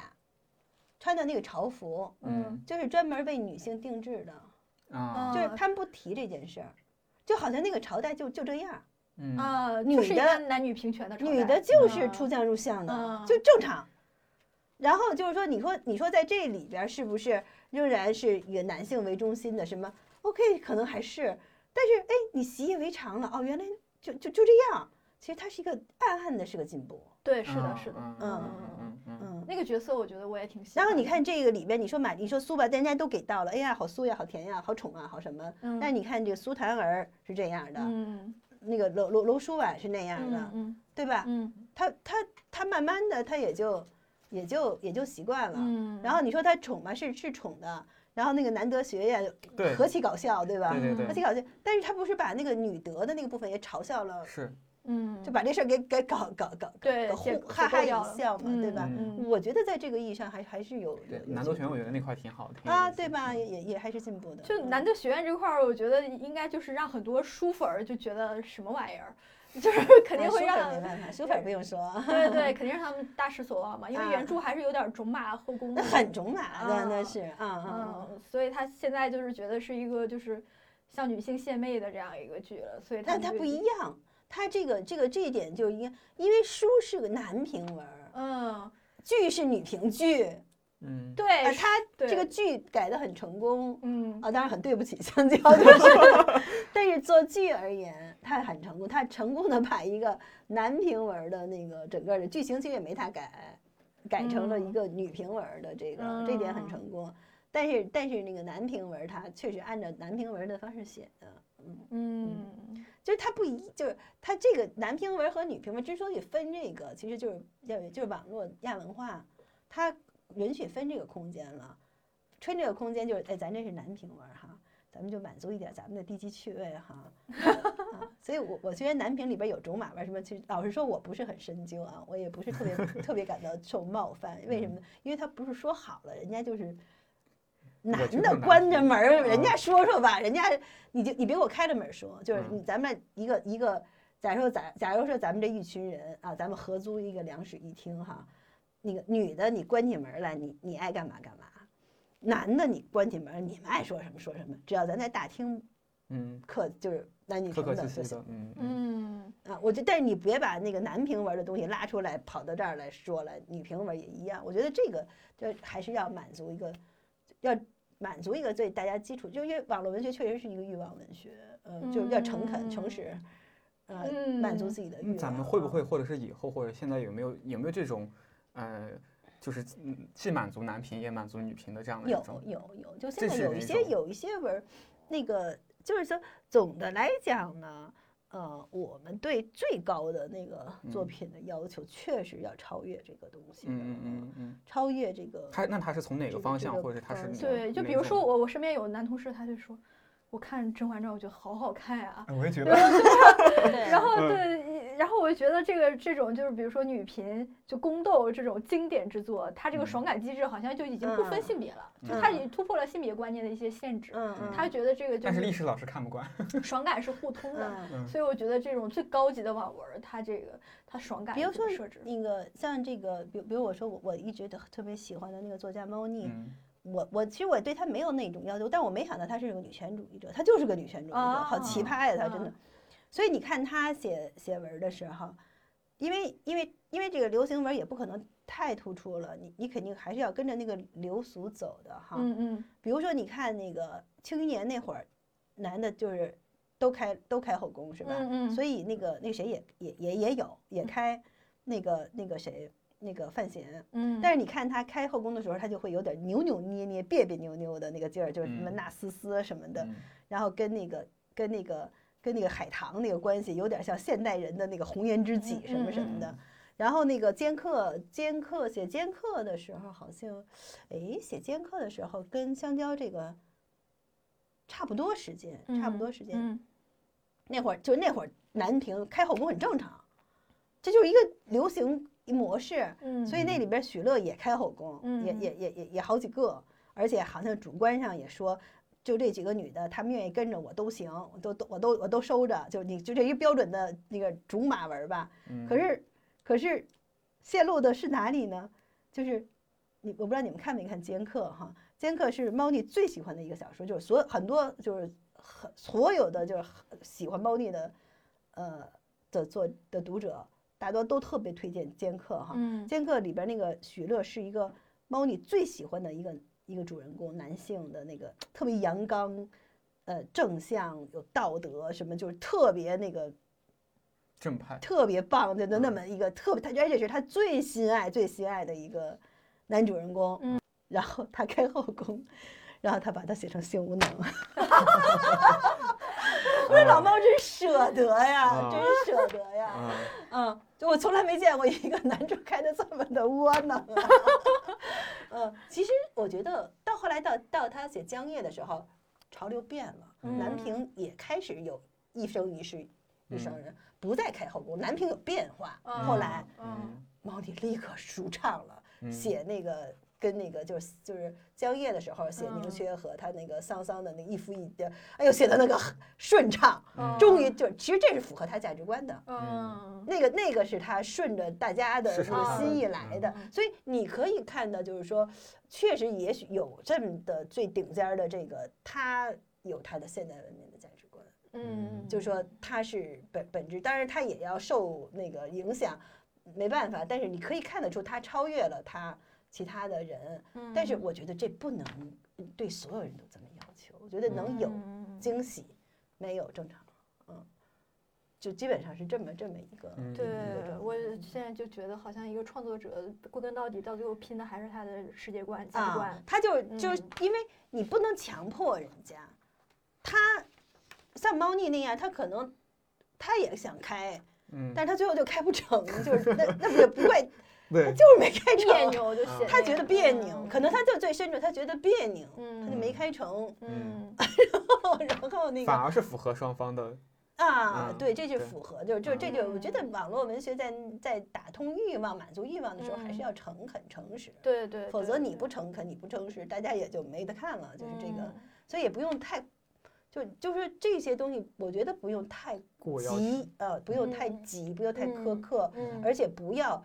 S1: 穿的那个朝服，
S3: 嗯
S1: 就是专门为女性定制的。
S3: 啊
S1: 就是
S2: 啊
S1: 他们不提这件事儿，就好像那个朝代就就这样儿，
S3: 嗯
S2: 啊，
S1: 女
S2: 就是一
S1: 的
S2: 个男女平权的朝代，
S1: 女的就是
S2: 嗯
S1: 出将入相的
S2: 嗯，
S1: 就正常。然后就是说，你说你说在这里边儿是不是仍然是以男性为中心的？什么 OK，可能还是，但是哎，你习以为常了哦，原来就就就这样。其实它是一个暗暗的是个进步，
S2: 对，是的，
S3: 啊
S2: 是的，
S3: 嗯
S1: 嗯
S3: 嗯嗯嗯
S1: 嗯。
S2: 那个角色我觉得我也挺喜
S1: 然
S2: 欢的。
S1: 后你看这个里边，你说马，你说苏吧，人家都给到了，哎呀，好酥呀，好甜呀，好宠啊，好什么？
S2: 嗯，
S1: 但你看这个苏檀儿是这样的，
S2: 嗯
S1: 那个楼楼楼书婉是那样的，啊
S2: 嗯
S1: 对吧？
S2: 嗯
S1: 他他他慢慢的他也就也就也就习惯了。
S2: 嗯，
S1: 然后你说他宠吧，是是宠的。然后那个男德学呀，
S3: 对
S1: 何其搞笑，对吧？
S3: 对对
S1: 何
S3: 对
S1: 其搞笑！但是他不是把那个女德的那个部分也嘲笑了，
S3: 是
S2: 嗯
S1: 就把这事儿给给搞搞搞搞
S2: 对
S1: 搞
S2: 解
S1: 哄哈哈一笑嘛，对吧？
S2: 嗯
S1: 我觉得在这个意义上还还是有有
S3: 对
S1: 有
S3: 南斗
S1: 进
S3: 学院，
S1: 步
S3: 我觉得那块挺好的挺有
S1: 啊，
S3: 意思
S1: 对
S3: 的
S1: 吧？
S3: 嗯
S1: 也也也还是进步的。
S2: 就
S1: 嗯
S2: 男德学院这块儿，我觉得应该就是让很多书粉儿就觉得什么玩意儿， 就是肯定
S1: 啊
S2: 会
S1: 书
S2: 让
S1: 粉
S2: 嗯他
S1: 没
S2: 们。
S1: 办法，书粉不用说，
S2: 对对，肯定让他们大失所望嘛，因为
S1: 啊
S2: 原著还是有点儿种马后宫
S1: 那
S2: 的，
S1: 很种马的
S2: 啊
S1: 那是啊啊啊！
S2: 嗯，所以他现在就是觉得是一个就是向女性献媚的这样一个剧了，所以他
S1: 但
S2: 们
S1: 它
S2: 就
S1: 不一，样，它这个这个这一点就一样，因为书是个男评文儿，
S2: 嗯，
S1: 剧是女评剧，
S3: 嗯
S1: 啊，
S2: 对，
S1: 它这
S2: 哎对
S1: 个剧改得很成功
S2: 嗯
S1: 啊，当然很对不起香 蕉，就是，但是做剧而言，它很成功，它成功的把一个男评文儿的那个整个的剧情其实也没太改，改成了一
S2: 嗯
S1: 个女评文儿的这个，这点很成功。但是但是那个南平文儿它确实按照南平文儿的方式写的，嗯。
S2: 嗯，
S1: 就是它不一，就是它这个男评文和女评文之所以分这个，其实就是认为就是网络亚文化，它允许分这个空间了。穿这个空间就是，哎，咱这是男评文哈，咱们就满足一点咱们的低级趣味哈。 啊所以我，我虽然男评里边有种马味儿什么，其实老实说，我不是很深究啊，我也不是特别特别感到受冒犯。为什么呢？因为他不是说好了，人家就是男
S3: 觉得
S1: 的
S3: 男
S1: 关着
S3: 评
S1: 门儿，人
S3: 啊
S1: 家说说吧，人家你就你别给我开着门儿说，就是
S3: 嗯
S1: 你咱们一个一个，假如说咱假如说咱们这一群人啊，咱们合租一个两室一厅哈，那个女的你关起门儿来，你你爱干嘛干嘛，男的你关起门儿，你们爱说什么说什么，只要咱在大厅
S3: 嗯，
S1: 客就是男女
S3: 客
S1: 平
S3: 客
S1: 等
S3: 气
S1: 就
S3: 气
S1: 行
S3: 的，嗯嗯
S2: 嗯，
S1: 啊。我觉得，但是你别把那个男评文儿的东西拉出来跑到这儿来说了，女评文儿也一样。我觉得这个这还是要满足一个要。满足一个对大家基础，就因为网络文学确实是一个欲望文学，嗯、就是要诚恳、诚实，呃，满足
S2: 嗯
S1: 自己的欲
S3: 那
S1: 望。
S3: 咱们会不
S1: 啊
S3: 会，或者是以后，或者现在有没有有没有这种，呃，就是嗯既满足男频也满足女频的这样的一
S1: 有
S3: 种？
S1: 有有，就
S3: 这
S1: 现在
S3: 是
S1: 有
S3: 哪
S1: 一
S3: 一
S1: 些
S3: 种
S1: 有一些文儿，那个就是说总的来讲呢，呃，我们对最高的那个作
S3: 嗯
S1: 品的要求确实要超越这个东西的，
S3: 嗯嗯嗯嗯，
S1: 超越这个，
S3: 他那他是从哪
S1: 这
S3: 个
S1: 个
S3: 方
S1: 这
S3: 向，
S1: 个
S3: 或者是他是
S1: 方
S3: 哪
S1: 向
S2: 嗯对，就
S3: 哪
S2: 比如
S3: 种
S2: 说我我身边有男同事，他就说，我看《甄嬛传》，我觉得好好 看呀、
S4: 哎我也觉得，
S2: 然后然
S1: 然
S2: 后
S3: 嗯
S2: 对，然后我就觉得这个这种就是比如说女频就宫斗这种经典之作，它这个
S3: 嗯
S2: 爽感机制好像就已经不分
S1: 嗯
S2: 性别了，就它已经突破了性别观念的一些限制。
S1: 嗯嗯，
S2: 他觉得这个就
S3: 但是历
S2: 是
S3: 史老师看不惯。
S2: 爽感是互通的，
S1: 嗯，
S3: 嗯
S2: 所以我觉得这种最高级的网文儿，它这个它爽感
S1: 比如
S2: 怎么
S1: 说
S2: 设置，
S1: 那个像这个，比如比如我说我我一直都特别喜欢的那个作家猫腻，
S3: 嗯
S1: 我我其实我对她没有那种要求，但我没想到她是个女权主义者，她就是个女权主义者，好奇
S2: 哦
S1: 葩呀，她真的
S2: 嗯。
S1: 所以你看她写写文儿的时候，因为因为因为这个流行文儿也不可能太突出了，你你肯定还是要跟着那个流俗走的哈。
S2: 嗯嗯
S1: 比如说你看那个庆余年那会儿，男的就是都开都开后宫是吧？
S2: 嗯嗯
S1: 所以那个那谁也也也也有也开那个那个谁那个范闲，
S2: 嗯，
S1: 但是你看他开后宫的时候，他就会有点扭扭捏捏、别别扭扭的那个劲儿，就是什么
S3: 嗯
S1: 纳丝丝什么的，
S3: 嗯
S1: 然后跟那个跟那个跟那个海棠那个关系，有点像现代人的那个红颜知己
S2: 嗯
S1: 什么什么
S3: 嗯
S1: 的。然后那个剑客，剑客写剑客的时候，好像，哎，写剑客的时候跟香蕉这个差不多时间，差不多时间。
S2: 嗯
S1: 那会儿就那会儿南平开后宫很正常，这就是一个流行模式。
S2: 嗯，
S1: 所以那里边许乐也开后宫，也
S2: 嗯
S1: 也也也也好几个，而且好像主观上也说，就这几个女的，她们愿意跟着我都行，我都都我都我都收着，就是你就这一标准的那个竹马文儿吧。
S3: 嗯
S1: 可是可是泄露的是哪里呢？就是你我不知道你们看没看《剑客》哈，《剑客》是猫腻最喜欢的一个小说，就是所有很多就是很所有的就是很喜欢猫腻的呃的作的读者，大多都特别推荐《剑客》哈。《
S2: 嗯
S1: 剑客》里边那个许乐是一个猫你最喜欢的一个一个主人公，男性的那个特别阳刚，呃，正向有道德什么，就是特别那个
S3: 正 派，
S1: 特别棒的
S3: 嗯
S1: 那那么一个特别，他而且是他最心爱最心爱的一个男主人公，
S2: 嗯
S1: 然后他开后宫，然后他把他写成性无能，
S3: 不是
S1: 老猫真 舍得呀，
S3: 啊
S1: 真舍得呀，
S3: 啊，
S1: 嗯，就我从来没见过一个男主开的这么的窝囊、啊。 嗯，其实我觉得到后来到到他写江夜的时候，潮流变了，南
S2: 嗯
S1: 平也开始有一生一世一生
S3: 嗯
S1: 人，不再开后宫，南平有变化。
S2: 嗯
S1: 后来
S2: 嗯
S1: 毛利立刻舒畅了，
S3: 嗯
S1: 写那个。跟那个就是就是江夜的时候写宁
S2: 嗯
S1: 缺和他那个桑桑的那一夫一妻，哎呦写的那个顺畅，
S2: 嗯
S1: 终于就其实这是符合他价值观的，
S2: 嗯
S1: 那个那个是他顺着大家的
S3: 是
S1: 那个
S2: 他
S1: 心
S3: 的
S1: 意来的
S2: 嗯嗯，
S1: 所以你可以看到，就是说，确实也许有这么的最顶尖儿的这个，他有他的现代文明的价值观，
S2: 嗯，
S1: 就是说他是本本质，当然他也要受那个影响，没办法，但是你可以看得出他超越了他其他的人，
S2: 嗯，
S1: 但是我觉得这不能对所有人都这么要求，我觉得能有
S2: 嗯
S1: 惊喜，没有正常。就基本上是这么这么一个。
S3: 嗯
S2: 对
S1: 个状，
S2: 我
S1: 态
S2: 现在就觉得好像一个创作者归根到底到最后拼的还是他的世界观、价值观。
S1: 啊，他就就
S2: 嗯
S1: 因为你不能强迫人家，他像猫腻那样，他可能他也想开，
S3: 嗯，
S1: 但是他最后就开不 成，就是那那也不怪他
S3: 对，
S1: 就是没开
S2: 别
S1: 成，
S2: 扭就
S3: 啊
S2: 写
S1: 他
S2: 那
S1: 觉
S2: 个
S1: 得别
S2: 嗯
S1: 扭，可能他就最深处他觉得别扭，他就
S2: 嗯
S1: 没开成，
S2: 嗯
S1: 然后那个
S3: 反而是符合双方的，
S1: 啊，
S3: 嗯
S1: 对，这就
S3: 对
S1: 符合，就就这就我觉
S2: 嗯
S1: 得网络文学在在打通欲望、满足欲望的时候，还是
S2: 嗯
S1: 要诚恳、诚实。
S2: 对 对，
S1: 否
S2: 对
S1: 则你
S2: 对
S1: 不诚恳，你不诚实，大家也就没得看了，就是这个，
S2: 嗯
S1: 所以也不用太，就就是这些东西，我觉得不用太
S3: 过要求
S1: 急，呃，不用太
S2: 嗯
S1: 急，不用太苛
S2: 嗯
S1: 刻，
S2: 嗯
S1: 而且不要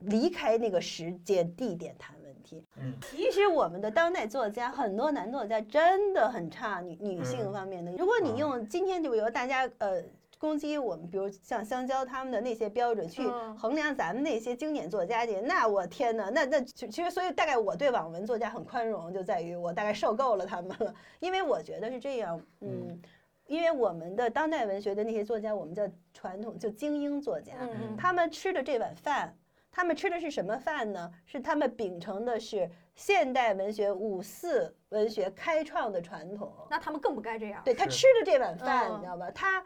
S1: 离开那个时间地点谈问题。
S3: 嗯
S1: 其实我们的当代作家，很多男作家真的很差女女性
S3: 嗯
S1: 方面的。如果你
S3: 嗯
S1: 用今天就比如大家呃攻击我们，比如像香蕉他们的那些标准去
S2: 嗯
S1: 衡量咱们那些经典作家去，那我天呐，那那其其实所以大概我对网文作家很宽容，就在于我大概受够了他们了， 因为我觉得是这样，嗯。因为我们的当代文学的那些作家，我们叫传统，就精英作家，
S2: 嗯
S1: 他们吃的这碗饭，他们吃的是什么饭呢？是他们秉承的是现代文学五四文学开创的传统。
S2: 那他们更不该这样。
S1: 对他
S3: 是
S1: 吃的这碗饭，
S2: 嗯
S1: 你知道吧？他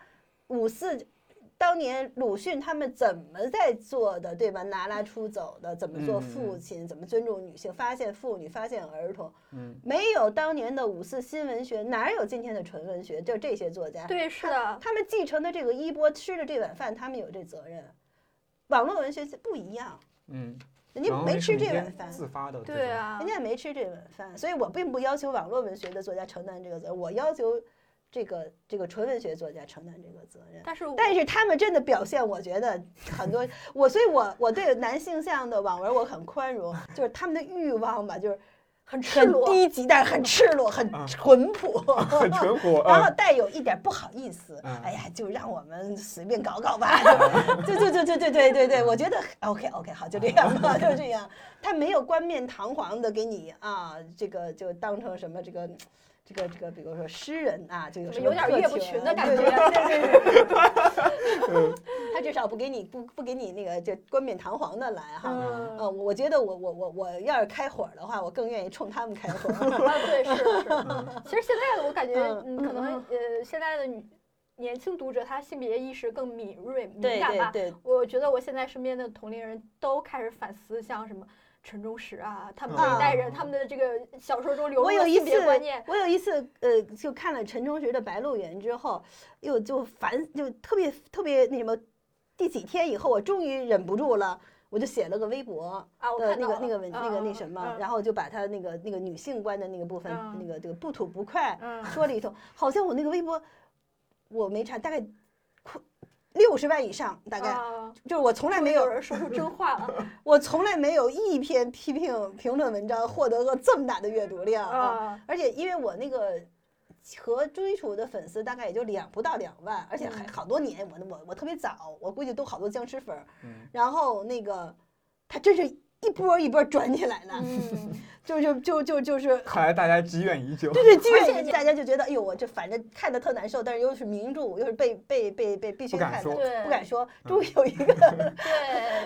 S1: 五四当年鲁迅他们怎么在做的，对吧？拿拉出走的，怎么做父
S3: 嗯
S1: 亲，怎么尊重女性，发现妇女，发现儿童，
S3: 嗯
S1: 没有当年的五四新文学，哪有今天的纯文学？就这些作家，
S2: 对，是的，
S1: 他们继承的这个衣钵，吃的这碗饭，他们有这责任。网络文学是不一样，
S3: 嗯，
S1: 人家
S3: 然后
S1: 没
S3: 那
S1: 吃
S3: 是民
S1: 这碗
S3: 间
S1: 饭，
S3: 自发的这
S2: 对
S3: 种，
S2: 啊
S1: 人，家没吃这碗饭，所以我并不要求网络文学的作家承担这个责任，我要求这个这个纯文学作家承担这个责任。
S2: 但是我嗯
S1: 但是他们真的表现，我觉得很多我，所以我我对男性向的网文我很宽容，就是他们的欲望吧，就是
S2: 很赤
S1: 很嗯
S2: 裸，
S1: 低级，但是很赤裸，很
S3: 啊
S1: 淳朴，
S3: 很淳朴，
S1: 然后
S3: 嗯
S1: 带有一点不好意思，
S3: 嗯
S1: 哎呀，就让我们随便搞搞吧， 就就就就对对对
S3: 嗯
S1: 对，我觉得 OK OK 好，就这样吧，就这样，他没有冠冕堂皇的给你啊，这个就当成什么这个。这个这个，比如说诗人啊，就有
S2: 怎么有
S1: 什么
S2: 点岳
S1: 特
S2: 不
S1: 权
S2: 群的感
S1: 对对对
S2: 觉对对对对对
S3: 嗯
S1: 他至少不给你不不给你那个就冠冕堂皇的来哈。
S2: 嗯
S1: 呃，我觉得我我我我要是开火的话，我更愿意冲他们开火。
S2: 啊，对，是 是。其实现在的我感觉，
S1: 嗯
S2: 嗯，可能
S1: 嗯
S2: 呃，现在的女年轻读者，她性别意识更敏锐、敏
S1: 对
S2: 感吧
S1: 对。对，
S2: 我觉得我现在身边的同龄人都开始反思，像什么陈忠实啊，他们这
S1: 啊
S2: 一代人，他们的这个小说中流
S1: 我
S2: 露
S1: 有
S2: 的
S1: 一
S2: 性别
S1: 次
S2: 观念，，
S1: 我有一次，呃，就看了陈忠实的《白鹿原》之后，又就烦，就特别特别那什么。第几天以后，我终于忍不住了，我就写了个微博
S2: 啊，我
S1: 的
S2: 看
S1: 那个
S2: 到了
S1: 那个文那个
S2: 嗯
S1: 那
S2: 嗯
S1: 什么，
S2: 嗯
S1: 然后就把他那个那个女性观的那个部分，
S2: 嗯
S1: 那个这个不吐不快
S2: 嗯
S1: 说了一通，好像我那个微博我没查，大概快六十万以上，大概
S2: 啊
S1: 就是我从来
S2: 终于
S1: 没
S2: 有
S1: 有
S2: 人说出真话 了
S1: 我从来没有一篇批评评论文章获得过这么大的阅读量啊！
S2: 啊！
S1: 而且因为我那个和追逐的粉丝大概也就两不到两万，而且还
S2: 嗯
S1: 好多年，我我我特别早，我估计都好多僵尸粉儿。
S3: 嗯
S1: 然后那个他真是一波一波转起来 了，
S2: 嗯，
S1: 就就就就就是。
S3: 看来大家积怨已久，
S1: 对对，基
S2: 而且
S1: 本
S2: 你
S1: 大家就觉得，哎呦，我这反正看的特难受，但是又是名著，又是被被被被必须
S3: 不敢
S1: 看的，
S3: 说嗯
S2: 对，
S1: 不敢说。终于有一个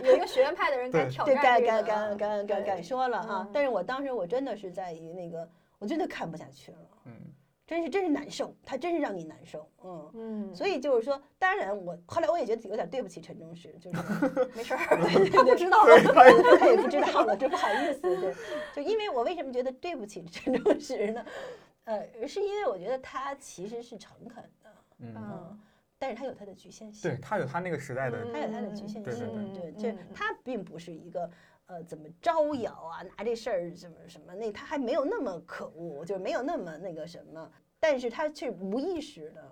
S2: 对，有一个学院派的人敢
S3: 对
S2: 挑
S1: 对，敢
S2: 战这
S1: 敢
S2: 个啊
S1: 敢敢敢
S2: 对
S1: 敢说了啊！
S2: 嗯
S1: 但是我当时我真的是在于那个，我真的看不下去了，
S3: 嗯
S1: 真是真是难受，他真是让你难受，嗯。
S2: 嗯，
S1: 所以就是说，当然我后来我也觉得有点对不起陈忠实， 就是
S2: 没事儿，
S1: 他不
S2: 知道
S1: 他也不知道了，这不好意思，对，就因为我为什么觉得对不起陈忠实呢？呃，是因为我觉得他其实是诚恳的，
S3: 嗯，
S2: 嗯，
S1: 但是他有他的局限性，
S3: 对他有他那个时代的，
S1: 他有他的局限性，
S3: 嗯对对
S1: 对，
S2: 对
S1: 这
S2: 嗯
S1: 他并不是一个呃怎么招摇啊，拿这事儿什么什么那，他还没有那么可恶，就是没有那么那个什么，但是他是无意识的，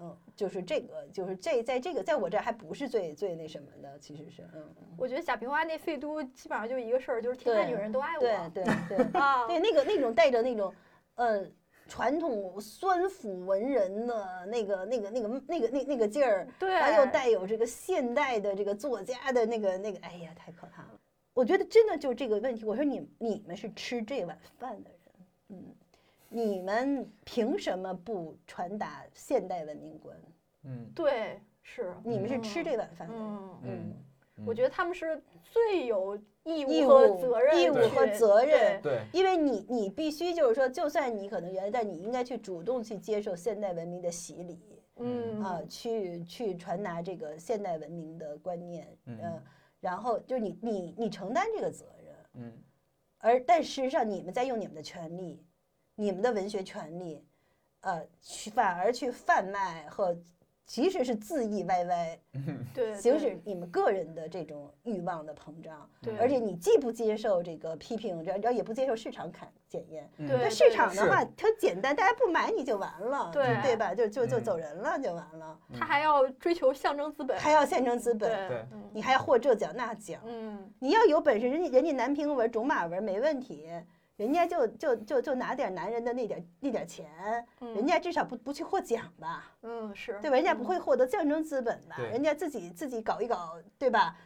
S1: 嗯，就是这个，就是这在这个在我这儿还不是最最那什么的，其实是，嗯，
S2: 我觉得贾平凹那废都基本上就一个事儿，就是天下
S1: 对
S2: 女人都爱我。
S1: 对对对
S2: 啊，
S1: 对，那个那种带着那种呃。传统酸腐文人的那个、那个、那个、那个、那那个劲儿，
S2: 对，
S1: 然后又带有这个现代的这个作家的那个那个，哎呀，太可怕了！我觉得真的就这个问题，我说你你们是吃这碗饭的人，嗯，你们凭什么不传达现代文明观？
S3: 嗯
S2: 对，是，
S1: 你们是吃
S2: 嗯
S1: 这碗饭的人，
S2: 嗯，
S3: 嗯，
S2: 我觉得他们是最有义
S1: 义
S2: 务和
S1: 务
S2: 责任去，
S1: 义务和责任
S3: 对，
S1: 因为你你必须就是说，就算你可能原来，但你应该去主动去接受现代文明的洗礼
S2: 对，嗯
S1: 啊、去去传达这个现代文明的观念，
S3: 嗯
S1: 呃，然后就是你你你承担这个责任，
S3: 嗯
S1: 而但事实上你们在用你们的权利，你们的文学权利，呃，去反而去贩卖和其实是恣意歪歪，
S2: 对，
S1: 行
S2: 对
S1: 使你们个人的这种欲望的膨胀，
S2: 对，
S3: 嗯
S1: 而且你既不接受这个批评，然后也不接受市场看检验。
S3: 嗯
S2: 对
S1: 那市场的话，它简单，大家不买你就完了，
S2: 对
S1: 对吧？就就就
S3: 嗯
S1: 走人了，就完了，
S2: 他还要追求象征资本，
S1: 还要现成资本，
S2: 对
S3: 对，
S2: 嗯
S1: 你还要获这奖那奖，
S2: 嗯，
S1: 你要有本事，人家人家南评文、种马文没问题，人家就就就就拿点男人的那点那点钱，人
S2: 人
S1: 家至少不不去获奖吧，
S2: 嗯是
S1: 对吧？人家不会获得象征资本吧？
S3: 对
S1: 人家自己自己搞一搞，对吧？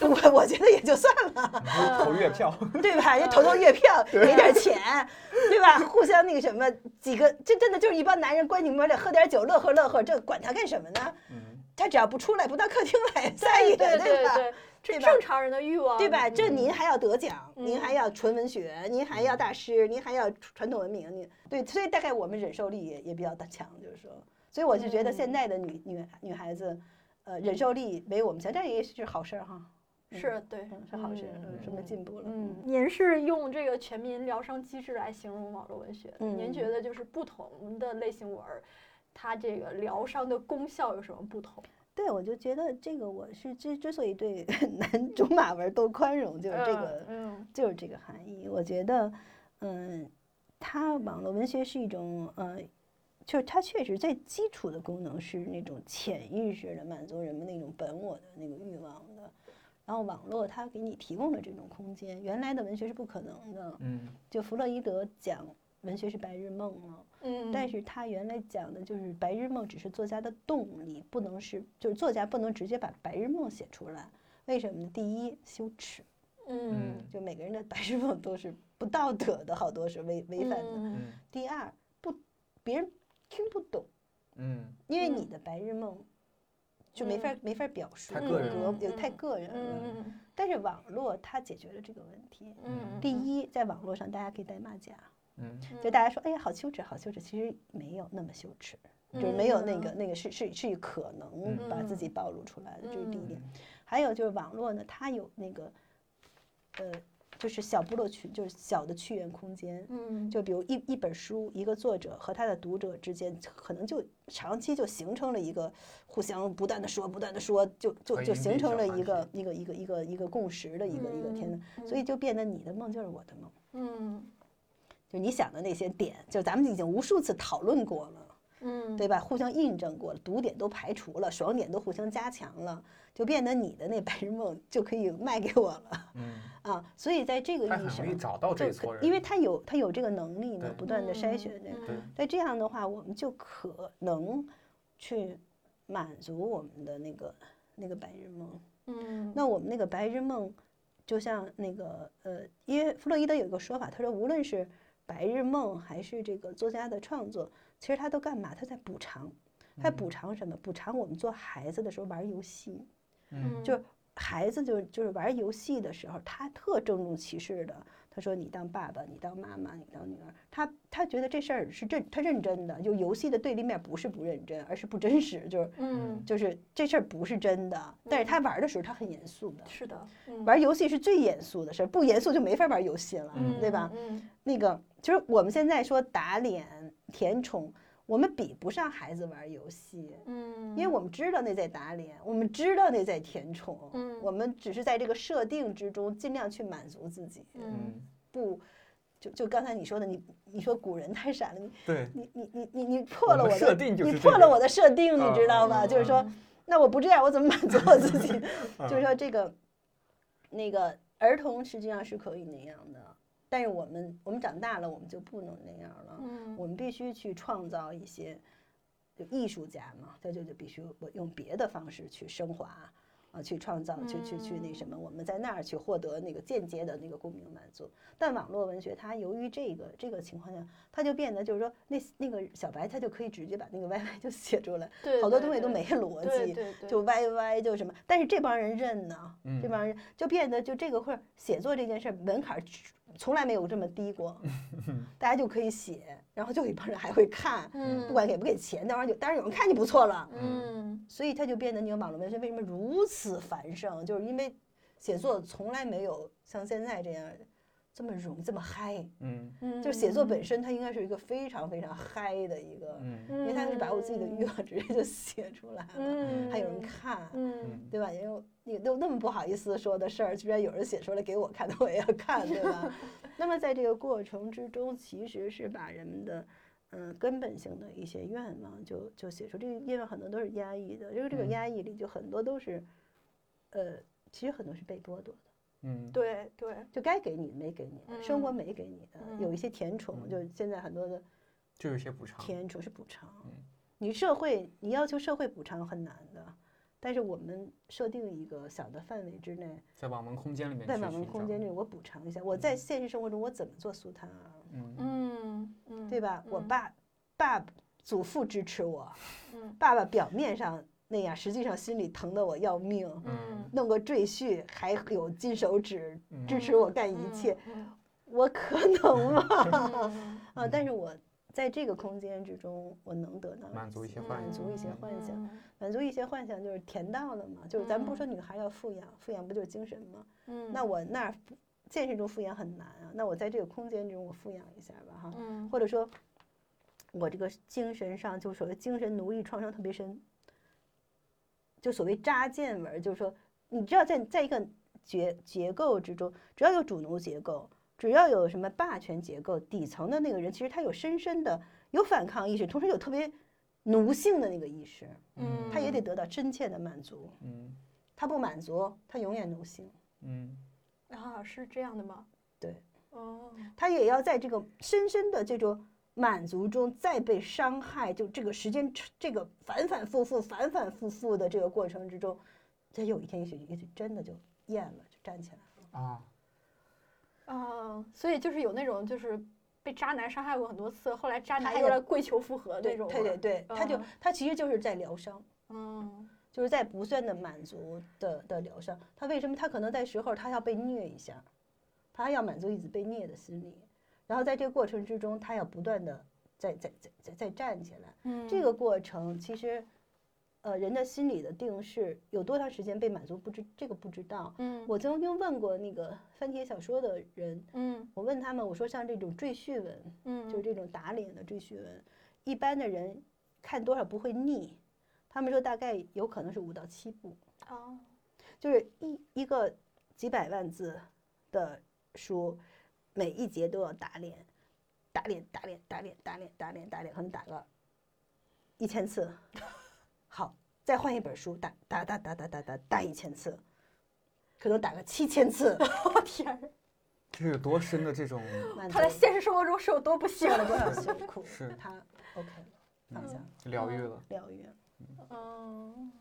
S1: 我我觉得也就算了，
S3: 你可以投月票，
S1: 对吧？人家投投月票，给点钱，对吧？互相那个什么，几个这真的就是一帮男人关起门来喝点酒，乐呵乐呵，这管他干什么呢？
S3: 嗯
S1: 他只要不出来，不到客厅来参与，
S2: 对对
S1: 吧？
S2: 对，这
S1: 对吧
S2: 正常人的欲望
S1: 对吧？这您还要得奖，您
S2: 嗯
S1: 还要纯文学，您还要大师，您还要传统文明，您对，所以大概我们忍受力也也比较大强，就是说，所以我就觉得现
S2: 嗯
S1: 在的女女女孩子，呃，忍受力没我们强，但也是好事儿哈，嗯
S2: 是对
S1: 嗯是好事，嗯，说明
S2: 嗯
S1: 进步了，
S2: 嗯，您是用这个全民疗伤机制来形容网络文学的，您觉
S1: 嗯
S2: 得就是不同的类型文儿，它这个疗伤的功效有什么不同？
S1: 对，我就觉得这个我是之之所以对 男种马文都宽容，就是这个。
S2: 嗯
S1: 就是这个含义。我觉得，嗯，它网络文学是一种，呃，就是它确实最基础的功能是那种潜意识的满足人们那种本我的那个欲望的。然后网络它给你提供了这种空间，原来的文学是不可能的。
S3: 嗯
S1: 就弗洛伊德讲文学是白日梦嘛，
S2: 嗯，
S1: 但是他原来讲的就是白日梦只是作家的动力，不能是就是作家不能直接把白日梦写出来。为什么呢？第一，羞耻。
S2: 嗯
S1: 就每个人的白日梦都是不道德的，好多是违违反的。
S2: 嗯
S3: 嗯
S1: 第二，不，别人听不懂，
S3: 嗯
S1: 因为你
S2: 嗯
S1: 的白日梦就没法、没法表述，
S3: 太个人
S1: 有
S2: 了
S1: 有太
S2: 嗯
S1: 个人了。
S2: 嗯
S1: 但是网络它解决了这个问题。
S2: 嗯，
S1: 第一，在网络上大家可以带骂架，
S3: 嗯
S1: 就大家说哎呀好羞耻，好羞耻，其实没有那么羞耻，就是没有那个
S2: 嗯
S1: 那个是是是有可能把自己暴露出来的，这是第一点。
S3: 嗯
S1: 还有就是网络呢，它有那个，呃，就是小部落群，就是小的区域空间。
S2: 嗯
S1: 就比如一一本书，一个作者和他的读者之间，可能就长期就形成了一个互相不断的说、不断的说，就就
S3: 很
S1: 就
S3: 隐蔽
S1: 形成
S3: 小
S1: 了
S3: 团
S1: 一个
S3: 体
S1: 一个一个一个一个共识的一个一个天呐，
S2: 嗯
S1: 所以就变得你的梦就是我的梦，
S2: 嗯
S1: 就你想的那些点，就咱们已经无数次讨论过了。
S2: 嗯
S1: 对吧？互相印证过了，毒点都排除了，爽点都互相加强了，就变得你的那白日梦就可以卖给我了
S3: 嗯，
S1: 啊！所以在这个意
S3: 他
S1: 义
S3: 很
S1: 上
S3: 容易，找到这
S1: 就
S3: 一撮
S1: 可
S3: 人，
S1: 因为他有他有这个能力嘛
S3: 对，
S1: 不断的筛选这个。
S3: 对
S2: 嗯
S1: 在这样的话，我们就可能去满足我们的那个那个白日梦。
S2: 嗯，
S1: 那我们那个白日梦，就像那个呃，因为弗洛伊德有一个说法，他说无论是白日梦还是这个作家的创作，其实他都干嘛？他在补偿，他在补偿什么？补偿我们做孩子的时候玩游戏，
S3: 嗯
S1: 就孩子就是就是玩游戏的时候，他特郑重其事的。他说：“你当爸爸，你当妈妈，你当女儿。他”他觉得这事儿是认他认真的，就游戏的对立面不是不认真，而是不真实，就是
S2: 嗯
S1: 就是这事儿不是真的。但是
S2: 嗯
S1: 他玩的时候，他很严肃的。
S2: 是的，
S1: 嗯玩游戏是最严肃的事儿，不严肃就没法玩游戏了，对吧？？
S2: 嗯
S1: 那个就是我们现在说打脸、甜宠，我们比不上孩子玩游戏，
S2: 嗯，
S1: 因为我们知道那在打脸，我们知道那在甜宠，
S2: 嗯
S1: 我们只是在这个设定之中尽量去满足自己，
S2: 嗯
S3: 嗯
S1: 不。就就刚才你说的，你你说古人太傻了，你
S3: 对嗯
S1: 你你你你你破了
S3: 我
S1: 我
S3: 们
S1: 的
S3: 设定就是
S1: 你
S3: 这
S1: 破了
S3: 个
S1: 我的设定，
S3: 啊
S1: 你知道
S3: 啊
S1: 吗？
S3: 啊
S1: 就是说，那我不这样，我怎么满足我自己？
S3: 嗯
S1: 就是说这个那个儿童实际上是可以那样的，但是我们我们长大了，我们就不能那样了，
S2: 嗯
S1: 我们必须去创造一些。就艺术家嘛，他就就必须我用别的方式去升华，啊去创造，去去去那
S2: 嗯
S1: 什么，我们在那儿去获得那个间接的那个共鸣满足。但网络文学它由于这个这个情况下，它就变得就是说那那个小白他就可以直接把那个 YY 就写出来，
S2: 对，
S1: 好多
S2: 对
S1: 东西都
S2: 对
S1: 没逻辑，
S2: 对对对，
S1: 就歪歪就什么，但是这帮人认呢，
S3: 嗯
S1: 这帮人就变得就这个块儿写作这件事儿门槛儿从来没有这么低 过，大家就可以写，然后就有一帮人还会看，
S2: 嗯，
S1: 不管给不给钱，当然有，当然有人看就不错了，
S2: 嗯
S1: 所以它就变得你看网络文学为什么如此繁盛，就是因为写作从来没有像现在这样这么容易这么嗨，
S3: 嗯
S2: 嗯，
S1: 就是写作本身它应该是一个非常非常嗨的一个，
S3: 嗯
S1: 因
S2: 嗯，
S1: 为它是把我自己的欲
S2: 望，
S1: 望直 接就写出来了，
S2: 嗯，
S1: 还有人看。
S2: 嗯，
S1: 对吧？因为你都那么不好意思说的事儿，居然有人写出来给我看， 我也要看，对吧？ 那么在这个过程之中，其实是把人们的嗯、呃根本性的一些愿望就就写出，这个愿望很多都是压抑的，因为这个
S3: 嗯
S1: 压抑里就很多都是，呃，其实很多是被剥夺的，
S3: 嗯，
S2: 对对，
S1: 就该给你的没给你的，生活没给你的，有一些甜宠，
S3: 嗯
S1: 就现在很多的
S3: 就有些补偿。
S1: 填充是补偿
S3: 嗯。
S1: 你社会，你要求社会补偿很难的，但是我们设定一个小的范围之内，
S3: 在网文空间里面嗯
S1: 在
S3: 去
S1: 网文
S3: 寻
S1: 空
S3: 找
S1: 间内我补偿一下，我在现实生活中我怎么做苏檀儿，
S3: 嗯
S2: 嗯嗯，
S1: 对吧？我
S2: 嗯，
S1: 爸爸祖父支持我，
S2: 嗯
S1: 爸爸表面上那样，实际上心里疼得我要命，
S2: 嗯，
S1: 弄个赘婿还有金手指
S3: 嗯
S1: 支持我干一切，
S2: 嗯，
S1: 我可能 吗？
S2: 嗯
S1: 啊，但是我在这个空间之中，我能得到
S3: 满足一些
S2: 嗯
S3: 幻
S1: 满足
S3: 想
S1: 一些
S3: 嗯
S1: 幻想。，满足一些幻想，就是甜到了嘛，就是咱们不说女孩要富养，富养不就是精神吗？
S2: 嗯，
S1: 那我那儿不现实中富养很难啊，那我在这个空间中我富养一下吧哈，
S2: 嗯，
S1: 或者说，我这个精神上就所谓精神奴役创伤特别深，就所谓扎建文儿，就是说，你知道在在一个结结构之中，只要有主奴结构，只要有什么霸权结构，底层的那个人其实他有深深的有反抗意识，同时有特别奴性的那个意识。
S2: 嗯
S1: 他也得得到真切的满足。
S3: 嗯
S1: 他不满足，他永远奴性。
S3: 嗯
S2: 啊，是这样的吗？
S1: 对，
S2: 哦，
S1: 他也要在这个深深的这种满足中再被伤害，就这个时间这个反反复复、反反复复的这个过程之中，他有一天也许也许真的就厌了，就站起来了。
S3: 啊，
S2: 啊，所以就是有那种就是被渣男伤害过很多次，后来渣
S1: 他
S2: 男
S1: 还
S2: 又
S1: 得
S2: 来跪求复合哦那种吗，
S1: 对对对，他就
S2: 嗯
S1: 他其实就是在疗伤。
S2: 嗯
S1: 就是在不断的满足的的疗伤，他为什么他可能在时候他要被虐一下，他要满足一直被虐的心理，然后在这个过程之中，他要不断的再再再再再站起来。
S2: 嗯，
S1: 这个过程其实，呃，人的心理的定势有多长时间被满足不知这个不知道。
S2: 嗯
S1: 我曾经问过那个翻帖小说的人，
S2: 嗯
S1: 我问他们，我说像这种赘婿文，
S2: 嗯，
S1: 就是这种打脸的赘婿文，一般的人看多少不会腻，他们说大概有可能是五到七部，
S2: 啊，
S1: 就是一一个几百万字的书，每一节都要打脸，打脸打脸打脸打脸打脸打脸，可能打个一千次，好，再换一本书打打打打打打打打一千次，可能打个七千 次，
S2: 我天儿，
S3: 这有多深的这种
S1: 满
S2: 他在
S1: 足
S2: 现实生活中是有多不幸
S1: 受了多少辛苦，
S3: 是
S1: 他 OK 了，放下了，
S3: 疗愈了？
S1: 疗愈了，
S2: 嗯。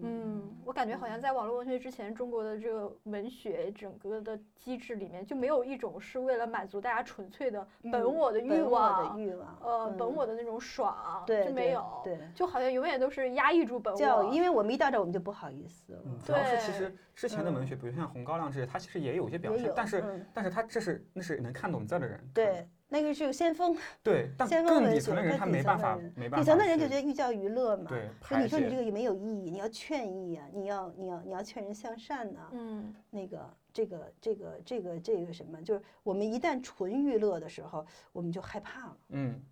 S2: 嗯，我感觉好像在网络文学之前，中国的这个文学整个的机制里面，就没有一种是为了满足大家纯粹的本
S1: 嗯
S2: 我的欲
S1: 本我
S2: 望，
S1: 的欲望，
S2: 呃，本
S1: 嗯
S2: 我的那种爽，
S1: 对
S2: 就没
S1: 对
S2: 有，
S1: 对。
S2: 就好像永远都是压抑住本我，
S1: 教育，因为我们一到这儿我们就不好意思了，
S3: 嗯，主要是其
S2: 对
S3: 实之前的文
S1: 嗯
S3: 学，比如像红高粱这些，它其实也有一些表
S1: 也
S3: 现
S1: 有，，
S3: 但是
S1: 嗯
S3: 但是他这是那是能看懂字儿的人看的，
S1: 对，那个是个先锋，
S3: 对，但
S1: 先锋
S3: 更
S1: 文
S3: 底
S1: 学
S3: 层的人
S1: 更
S3: 他
S1: 底
S3: 没
S1: 层
S3: 办
S1: 的
S3: 法
S1: 人
S3: 没办法
S1: 底
S3: 去，
S1: 层的人就觉得寓教于乐嘛，
S3: 对
S1: 所以
S3: 排
S1: 你说你这
S3: 解，
S1: 个也没有意义，你要劝义啊，你要你要你要劝人向善呐、
S2: 嗯
S1: 那个这个这个这个这个什么，就是我们一旦纯娱乐的时候，我们就害怕了，
S3: 嗯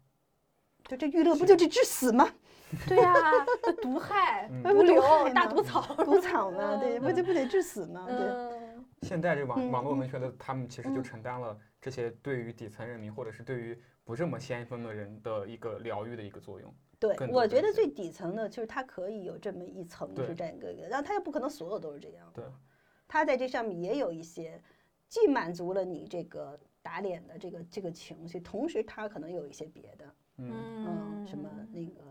S1: 就这娱乐不
S3: 是
S1: 就这致死 吗？，
S2: 对呀、这毒害、
S3: 嗯
S2: 毒瘤、
S1: 毒害
S2: 大
S1: 嘛
S2: 毒草，
S1: 毒草嘛，啊对，
S2: 嗯
S1: 不就不得致死吗？对，
S2: 嗯
S3: 现在这网网络
S1: 嗯
S3: 文学的他们其实就
S1: 嗯
S3: 承担了这些对于底层人民或者是对于不这么先锋的人的一个疗愈的一个作用，
S1: 对，
S3: 更
S1: 我
S3: 多
S1: 觉
S3: 的
S1: 得
S3: 是
S1: 最底层的就是它可以有这么一层
S3: 对
S1: 是这样一个，然后它又不可能所有都是这样的
S3: 对，
S1: 它在这上面也有一些，既满足了你这个打脸的这个这个情绪，同时它可能有一些别的，
S3: 嗯
S1: 嗯，什么那个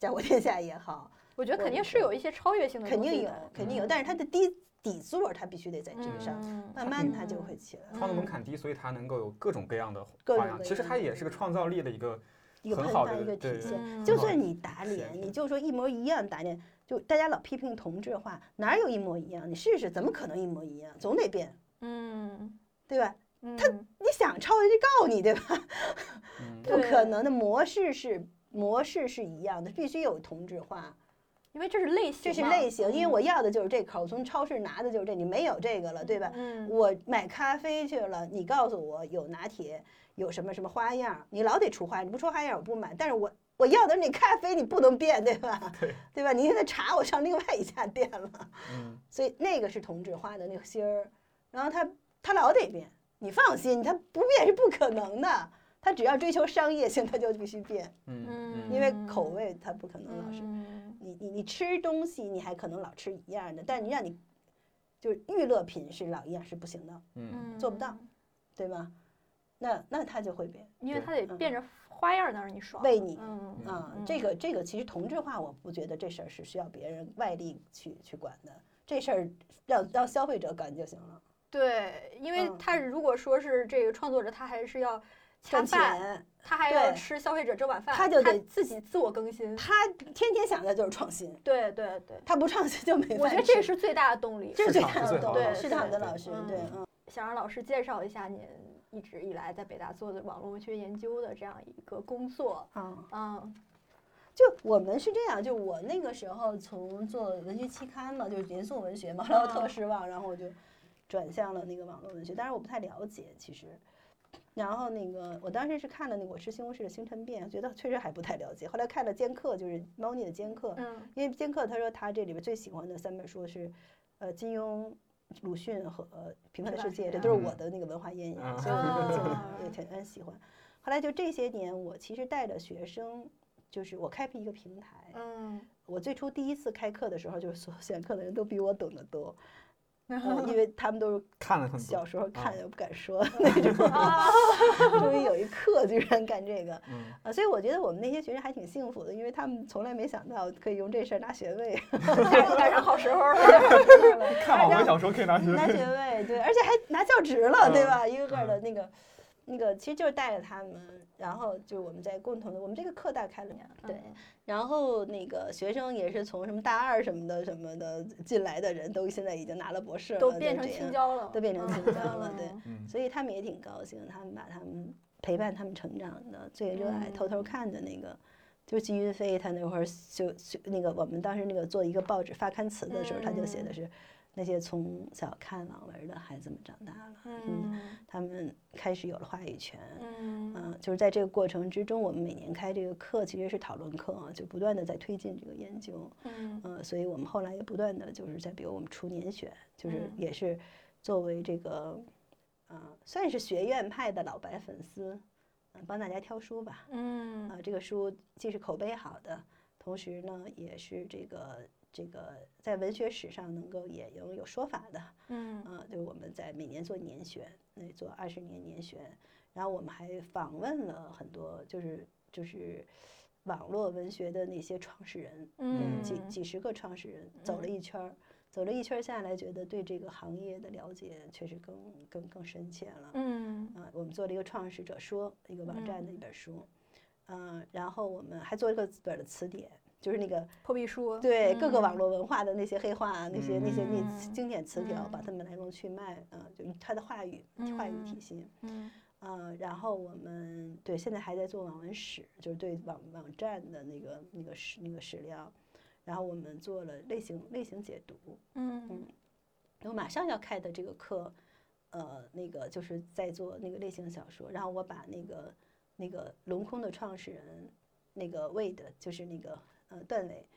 S1: 家国天下也好，
S2: 我觉得肯
S1: 我
S2: 定是有一些超越性的
S1: 肯
S2: 东西
S1: 定有
S2: 的，
S1: 肯
S3: 嗯
S1: 定有，但是它的底底座儿它必须得在这个上，
S2: 嗯
S1: 慢慢它就会起来。
S3: 创作门槛低，所以它能够有各种各样的
S1: 嗯各种
S3: 花样。
S1: 各
S3: 其实
S1: 样
S3: 它
S1: 的
S3: 也是个创造力的一个
S1: 一个
S3: 很
S1: 喷
S3: 好
S1: 发
S3: 的
S1: 一个体
S3: 对
S2: 嗯
S1: 现。
S2: 很
S1: 就
S3: 好
S1: 算
S3: 的
S1: 你打
S3: 体
S1: 脸，
S3: 现
S1: 你就说一模一样打脸，就大家老批评同质化，哪有一模一样？你试试，怎么可能一模一样？总得变，
S2: 嗯
S1: 对吧？
S2: 嗯，
S1: 你想抄人家告你，对吧？
S3: 嗯
S1: 不
S2: 对
S1: 可能的，模式是模式是一样的，必须有同质化，
S2: 因为这是类型
S1: 这
S2: 嘛，
S1: 是类型。因为我
S2: 嗯
S1: 要的就是这口，我从超市拿的就是这，你没有这个了，对吧？
S2: 嗯
S1: 我买咖啡去了，你告诉我有拿铁，有什么什么花样儿，你老得出花样，你不出花样儿我不买。但是我我要的是你咖啡，你不能变， 对吧？
S3: 对，
S1: 吧？你现在茶我上另外一家店了，
S3: 嗯，
S1: 所以那个是同质化的那个芯儿，然后它它老得变，你放心，它不变是不可能的。它只要追求商业性，它就必须变，
S3: 嗯嗯
S1: 因为
S2: 嗯
S1: 口味它不可能老是。
S2: 嗯
S1: 你你你吃东西，你还可能老吃一样的，但你让你就是娱乐品是老一样是不行的。
S3: 嗯
S2: 嗯
S1: 做不到对吗？那那它就会变
S2: 因为
S3: 对
S2: 它得
S1: 嗯
S2: 变着花样儿能让你爽。
S1: 为你
S2: 嗯
S3: 嗯
S1: 啊、这个这个其实同质化，我不觉得这事儿是需要别人外力去去管的，这事儿让让消费者管就行了。
S2: 对，因为
S1: 嗯
S2: 他如果说是这个创作者，他还是要恰
S1: 赚
S2: 饭，
S1: 钱，
S2: 他还要
S1: 对
S2: 吃消费者这碗饭，
S1: 他就得
S2: 自己自我更新。
S1: 他天天想的就是创新，
S2: 对对对，
S1: 他不创新就 没饭吃。
S2: 我觉得这是最大的动力。
S1: 这是
S3: 市
S1: 最
S3: 场
S1: 大
S3: 是
S1: 的
S3: 最好
S1: 动
S3: 的
S1: 力，
S2: 老
S1: 市
S2: 师
S1: 场的
S3: 对
S1: 老师
S2: 嗯
S1: 对，嗯，
S2: 想让老师介绍一下您一直以来在北大做的网络文学研究的这样一个工作。
S1: 好。
S2: 嗯
S1: 就我们是这样，就我那个时候从做文学期刊嘛，就是严肃文学嘛，然后特
S2: 嗯
S1: 失望，然后我就转向了那个网络文学，当然我不太了解其实。然后那个我当时是看了那个《我是西红柿的星辰变》，觉得确实还不太了解。后来看了《剑客》，就是猫腻的《剑客》，
S2: 嗯
S1: 因为剑客他说他这里边最喜欢的三本书是，呃，金庸、鲁迅和呃《平凡的世界》，这啊都是我的那个文化渊源，所以我对
S2: 啊
S1: 剑也挺很嗯喜欢。后来就这些年，我其实带着学生，就是我开辟一个平台。
S2: 嗯，
S1: 我最初第一次开课的时候，就是所有选课的人都比我懂得多， 呃因为他们都是
S3: 看了很
S1: 小
S3: 多，
S1: 时候看
S3: 啊
S1: 又不敢说 那种，
S2: 啊，
S1: 终于有一课居然干这个。
S3: 嗯
S1: 啊，所以我觉得我们那些学生还挺幸福的，因为他们从来没想到可以用这事儿拿学位，
S2: 赶上好时候了。
S3: 看网文小说可以拿 嗯学
S1: 拿学
S3: 位，
S1: 位，对，而且还拿教职了，对
S3: 嗯
S1: 吧？一个个的那个，那个其实就是带着他们，然后就是我们在共同的，我们这个课大概开了，
S2: 嗯
S1: 对，然后那个学生也是从什么大二什么的什么的进来的人，都现在已经拿了博士了，
S2: 都
S1: 就
S2: 变成
S1: 这
S2: 青
S1: 样
S2: 椒了，
S1: 都变成青椒了对
S2: 嗯
S3: 嗯
S1: 所以他们也挺高兴，他们把他们陪伴他们成长的、最热爱、偷偷
S2: 嗯
S1: 看的那个，就是金云飞他那会儿就就那个我们当时那个做一个报纸发刊词的时候，他就写
S2: 嗯
S1: 的是那些从小看网文的孩子们长大了，
S2: 嗯
S1: 他们开始有了话语权。
S2: 嗯
S1: 嗯、就是在这个过程之中，我们每年开这个课其实是讨论课啊，就不断的在推进这个研究。
S2: 嗯
S1: 嗯，所以我们后来也不断的就是在，比如我们出年选，就是
S2: 嗯
S1: 也是作为这个，嗯、算是学院派的老白粉丝，嗯、帮大家挑书吧。啊、
S2: 嗯
S1: 这个书既是口碑好的，同时呢，也是这个这个在文学史上能够也能有说法的。
S2: 嗯
S1: 嗯、就是我们在每年做年选，那做二十年年选，然后我们还访问了很多，就是就是网络文学的那些创始人。
S2: 嗯，
S1: 几几十个创始人走了
S2: 嗯
S1: 一圈儿，走了一圈儿下来，觉得对这个行业的了解确实更更更深切了。
S2: 嗯
S1: 啊，我们做了一个创始者说一个网站的一
S2: 嗯
S1: 本书，嗯，然后我们还做了个本儿的词典，就是那个
S2: 破壁书，
S1: 对各个网
S2: 嗯
S1: 络文化的那些黑话，啊那些那些那
S2: 嗯
S1: 经典词条，把
S2: 嗯
S1: 它们来龙去脉，啊，就它的话语话语体
S2: 嗯
S1: 系。
S2: 嗯
S1: 呃，然后我们对现在还在做网文史，就是对网网站的那个那个史那个史料，然后我们做了类型类型解读，
S2: 嗯
S1: 我马上要开的这个课，呃，那个就是在做那个类型小说，然后我把那个那个龙空的创始人那个魏的，就是那个呃段伟，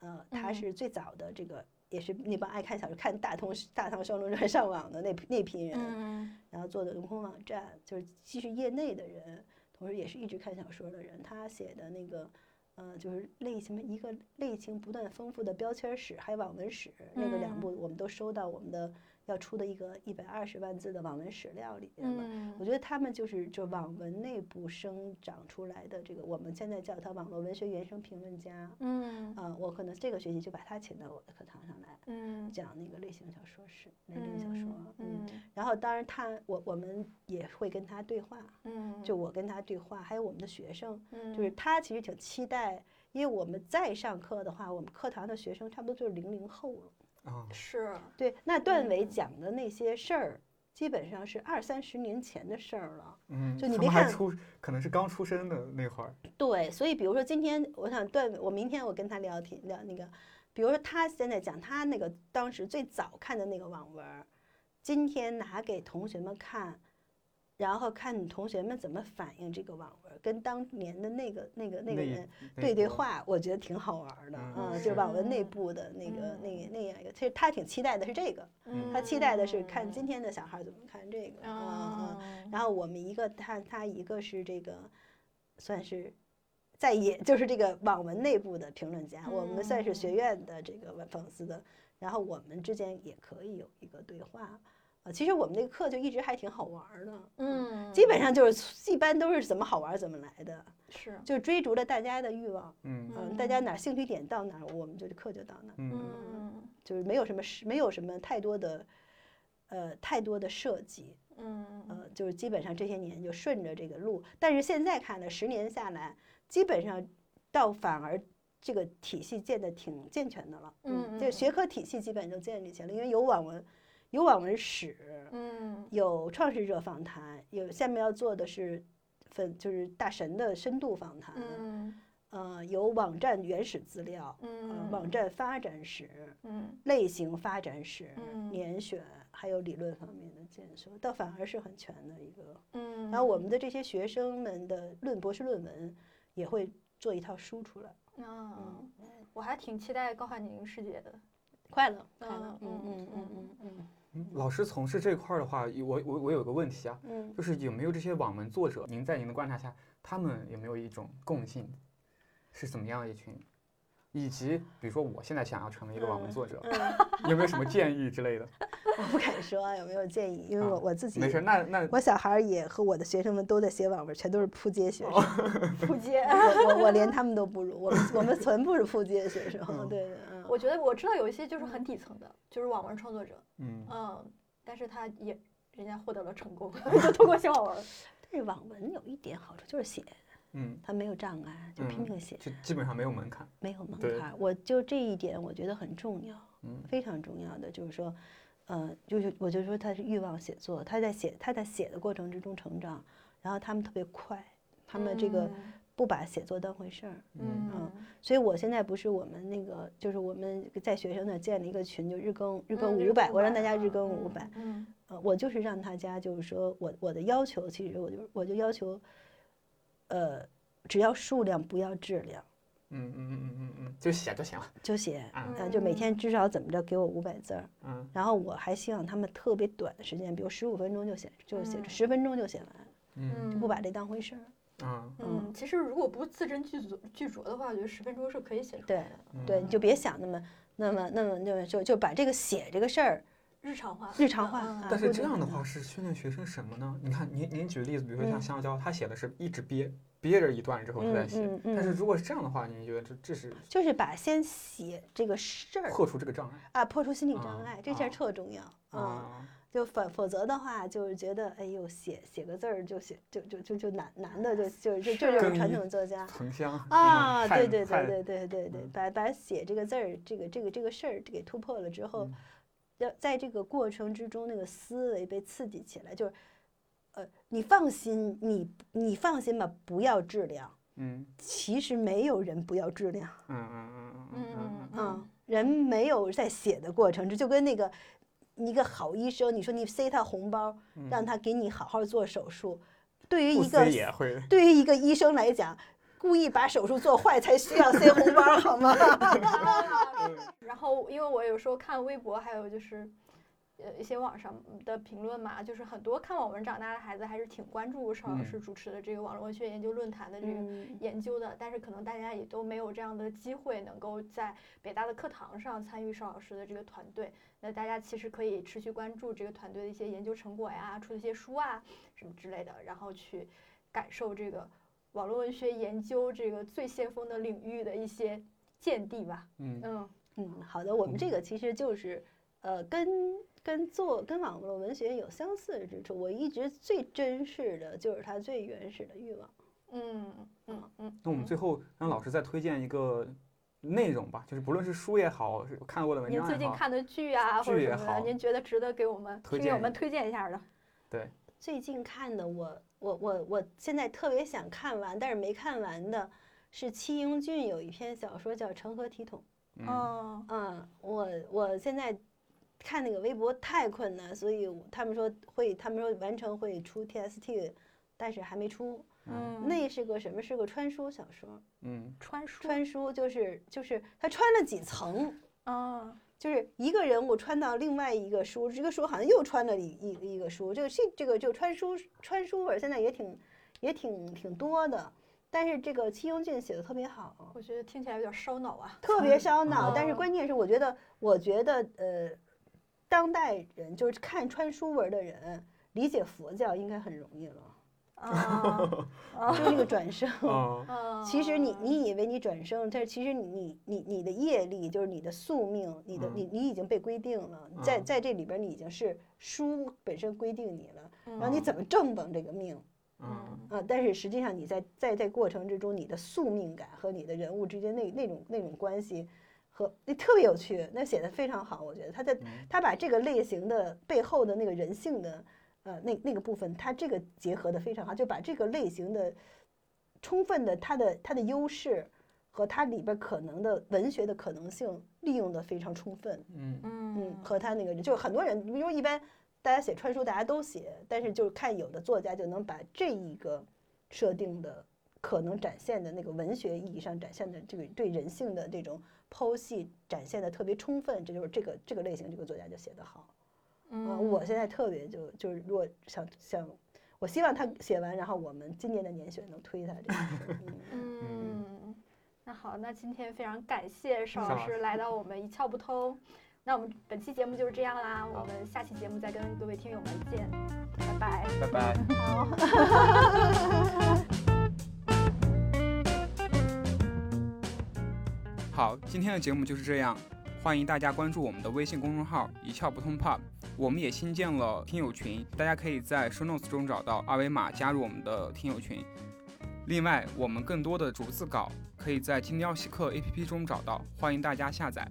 S1: 呃，他
S2: 嗯
S1: 是最早的这个，也是那帮爱看小说、看大同大唐双龙传上网的那批那批人，
S2: 嗯
S1: 然后做的龙空网站，就是既是业内的人，同时也是一直看小说的人，他写的那个，呃，就是类型一个类型不断丰富的标签史，还有网文史，那个两
S2: 嗯
S1: 部我们都收到我们的要出的一个一百二十万字的网文史料里面了。
S2: 嗯
S1: 我觉得他们就是就网文内部生长出来的这个，我们现在叫它网络文学原生评论家。
S2: 嗯
S1: 啊、我可能这个学期就把它请到我的课堂上来
S2: 嗯
S1: 讲那个类型小说是类型
S2: 嗯
S1: 小说，
S2: 嗯
S1: 然后当然他我我们也会跟他对话，
S2: 嗯，
S1: 就我跟他对话，还有我们的学生，
S2: 嗯
S1: 就是他其实挺期待，因为我们再上课的话，我们课堂的学生差不多就是零零后了。
S3: 啊，
S2: 是
S1: 对，那段伟
S2: 嗯
S1: 讲的那些事儿，基本上是二三十年前的事儿了。
S3: 嗯，
S1: 就你
S3: 他
S1: 别
S3: 们还
S1: 看
S3: 出，可能是刚出生的那会儿，
S1: 对，所以比如说今天，我想段伟，我明天我跟他聊天聊那个，比如说他现在讲他那个当时最早看的那个网文儿，今天拿给同学们看，然后看你同学们怎么反应这个网文儿，跟当年的那个那个那个
S3: 一
S1: 人
S3: 那
S1: 对对
S3: 波，
S1: 话，我觉得挺好玩儿的，
S3: 嗯
S1: 嗯，就是网文内
S2: 嗯
S1: 部的那个那
S2: 嗯
S1: 个那样一个，其实他挺期待的是这个，他期待的是看今天的小孩儿怎么看这个，嗯嗯。
S2: 嗯
S1: 然后我们一个他他一个是这个，算是在也就是这个网文内部的评论家，我们算是学
S2: 嗯
S1: 院的这个文粉丝的，然后我们之间也可以有一个对话。啊，其实我们那个课就一直还挺好玩儿的，，
S2: 嗯，
S1: 基本上就是一般都是怎么好玩儿怎么来的，
S2: 是
S1: 就追逐着大家的欲望，
S3: 嗯
S1: 嗯，大家
S2: 嗯
S1: 哪儿兴趣点到哪儿，我们就课就到哪儿，
S3: 嗯
S2: 嗯
S1: 就是没有什么是没有什么太多的，呃，太多的设计，
S2: 嗯
S1: 呃，就是基本上这些年就顺着这个路，但是现在看了十年下来，基本上倒反而这个体系建的挺健全的了，
S2: 嗯
S1: 这
S2: 嗯
S1: 个学科体系基本就建立起来了，因为有网文，有网文史，
S2: 嗯
S1: 有创世者访谈，有下面要做的是粉就是大神的深度访谈，
S2: 嗯
S1: 呃，有网站原始资料，呃
S2: 嗯，
S1: 网站发展史，
S2: 嗯
S1: 类型发展史、
S2: 嗯
S1: 年选，还有理论方面的建设，倒反而是很全的一个。
S2: 嗯，
S1: 然后我们的这些学生们的论博士论文也会做一套书出来，
S2: 嗯，我还挺期待高翰宁师姐的，
S1: 快乐，
S2: 嗯
S1: 快乐，嗯
S2: 嗯
S1: 嗯嗯嗯
S3: 嗯老师从事这块儿的话，我我我有个问题啊，
S1: 嗯
S3: 就是有没有这些网文作者，您在您的观察下，他们有没有一种共性，是怎么样的一群？以及比如说我现在想要成为一个网
S1: 嗯
S3: 文 作者，
S1: 嗯，
S3: 有没有什么建议之 类的？
S1: 我不敢说有没有建议，因为
S3: 啊
S1: 我我自己
S3: 没事，那那
S1: 我小孩儿也和我的学生们都在写网文，全都是扑街学
S3: 哦
S1: 生，
S2: 普杰。
S1: 我我我连他们都不如，我们我们全部是扑街学生，
S3: 嗯
S1: 对对，嗯，
S2: 我觉得我知道有一些就是很底层的，就是网文创作者，
S3: 嗯，
S1: 哦
S2: 嗯，但是他也人家获得了成功，就通过写网文，
S1: 但是网文有一点好处就是写，
S3: 嗯，
S1: 它没有障碍，就拼
S3: 嗯
S1: 命写，
S3: 就基本上没有门槛。
S1: 没有门
S3: 对
S1: 槛儿，我就这一点我觉得很重要。
S3: 嗯
S1: 非常重要的，就是说，呃，就是我就说他是欲望写作，他在写他在写的过程之中成长，然后他们特别快，他们这个不把写作当回事儿，
S2: 嗯，
S1: 所以我现在不是我们那个，就是我们在学生那儿建了一个群，就日更日
S2: 日
S1: 更
S2: 嗯日
S1: 五百、
S2: 更
S1: 我让大
S2: 500
S1: 家日
S2: 啊
S1: 更五百、，
S2: 嗯
S1: 呃，我就是让大家就是说我我的要求，其实我就我就要求，呃，只要数量不要质量，
S3: 嗯嗯嗯嗯嗯嗯，就写就行了。
S1: 就写，
S3: 嗯
S1: 呃，就每
S2: 嗯
S1: 天至少怎么着给我五百字儿。
S3: 嗯
S1: 然后我还希望他们特别短的时间，比如十五分钟就写，就是写
S2: 嗯
S1: 十分钟就写完，
S3: 嗯
S1: 就不把这当回事儿。
S3: 嗯
S2: 嗯，其实如果不字斟句酌句酌的话，我觉得十分钟是可以写出来的，
S3: 嗯
S1: 对，你就别想那么那么那么那么就就把这个写这个事儿
S2: 日常化，
S1: 日常化啊
S3: 但是
S1: 不
S3: 这
S1: 就
S3: 样的
S1: 是
S3: 话是训练学生什么呢？你看，您您举例子，比如说像
S1: 嗯
S3: 香蕉，他写的是一直憋憋着一段之后再
S1: 嗯
S3: 写。
S1: 嗯
S3: 但是
S1: 嗯，
S3: 如果是这样的话，你觉得这这是
S1: 就是把先写这个事儿
S3: 破除这个障碍
S1: 啊，破除心理
S3: 啊
S1: 障碍，这件
S3: 啊
S1: 儿特重要啊。
S3: 啊？
S1: 就反否则的话，就是觉得哎呦，写写个字儿就写就就就就难难的就就就这就是
S3: 跟
S1: 传
S3: 一
S1: 统作家。
S3: 藤香
S1: 啊，对
S3: 嗯汉
S1: 对对
S3: 汉
S1: 对对对对，
S3: 嗯
S1: 把把写这个字儿，这个这个这个事儿给突破了之后
S3: 嗯，
S1: 要在这个过程之中，那个思维被刺激起来，就是，呃，你放心，你你放心吧，不要质量，
S3: 嗯
S1: 其实没有人不要质量，
S3: 嗯嗯嗯嗯嗯
S2: 嗯
S3: 嗯
S1: 嗯，人没有在写的过程，这就跟那个。一个好医生，你说你塞他红包，
S3: 嗯，
S1: 让他给你好好做手术，对于
S3: 不
S1: 一个
S3: 思也会
S1: 对于一个医生来讲，故意把手术做坏才需要塞红包，好吗？
S2: 然后，因为我有时候看微博，还有就是呃一些网上的评论嘛，就是很多看网文长大的孩子还是挺关注邵老
S3: 嗯
S2: 师主持的这个网络文学研究论坛的这个
S1: 嗯
S2: 研究的，但是可能大家也都没有这样的机会能够在北大的课堂上参与邵老师的这个团队。那大家其实可以持续关注这个团队的一些研究成果呀，出的一些书啊什么之类的，然后去感受这个网络文学研究这个最先锋的领域的一些见地吧。
S3: 嗯，
S2: 嗯
S1: 嗯，好的，我们这个其实就是，呃，跟跟做跟网络文学有相似之处。我一直最珍视的就是它最原始的欲望。
S2: 嗯嗯嗯。
S3: 那我们最后让老师再推荐一个内容吧，就是不论是书也好，是看过的文
S2: 您
S3: 章
S2: 最
S3: 也
S2: 近
S3: 好，
S2: 看的剧啊，或者
S3: 剧也
S2: 什么的，
S3: 好
S2: 您觉得值得给我们
S3: 推
S2: 听友
S3: 荐
S2: 们推荐一下的？
S1: 最近看的我，我我我现在特别想看完，但是没看完的是戚英俊有一篇小说叫《成何体统》。
S3: 嗯，
S2: 嗯
S1: 嗯，我我现在看那个微博太困难，所以我他们说会，他们说完成会出 TST，但是还没出。
S3: 嗯
S2: 嗯，
S1: 那是个什么？是个穿书小说。
S3: 嗯，
S2: 穿书
S1: 穿书就是就是他穿了几层，
S2: 啊，
S1: 就是一个人物穿到另外一个书，这个书好像又穿了一一一个书，这个这这个就穿书穿书味儿现在也挺也挺挺多的，但是这个戚英俊写的特别好，
S2: 我觉得听起来有点烧脑啊。
S1: 特别烧脑，但
S3: 哦
S1: 是
S2: 嗯
S1: 关键是我觉得我觉得呃，当代人就是看穿书文儿的人理解佛教应该很容易了，
S2: 啊
S1: 就这 个转生。
S3: 哦，
S2: 啊！
S1: 其实你你以为你转生，但是其实你你你你的业力就是你的宿命，你的你你已经被规定了，在
S3: 嗯
S1: 在这里边你已经是书本身规定你了，
S2: 然
S1: 然后你怎么正本这个命
S3: 嗯，
S1: 啊？但是实际上你在在在过程之中，你的宿命感和你的人物之间那那种那种关系。和那特别有趣，那写的非常好，我觉得他在
S3: 嗯
S1: 他把这个类型的背后的那个人性的呃那那个部分，他这个结合的非常好，就把这个类型的充分的它的它的优势和它里边可能的文学的可能性利用的非常充分。
S3: 嗯，
S1: 嗯，
S2: 嗯
S1: 和他那个就是很多人，比如说一般大家写穿书，大家都写，但是就是看有的作家就能把这一个设定的可能展现的那个文学意义上展现的这个对人性的这种剖析展现的特别充分，这就是这个这个类型这个作家就写得好。啊、
S2: 嗯
S1: 我现在特别就就是如果想想，我希望他写完，然后我们今年的年选能推他这个。 嗯
S2: 嗯，那好，那今天非常感谢邵
S3: 邵
S2: 老
S3: 老
S2: 师
S3: 师
S2: 来到我们一窍不通。那我们本期节目就是这样啦，我
S3: 好
S2: 们下期节目再跟各位听友们见，拜拜。
S3: 拜拜。
S1: 好。
S3: 好，今天的节目就是这样，欢迎大家关注我们的微信公众号“一窍不通 Pub”，我们也新建了听友群，大家可以在 show notes 中找到二维码加入我们的听友群。另外，我们更多的逐字稿可以在精雕细刻 APP 中找到，欢迎大家下载。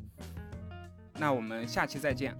S3: 那我们下期再见。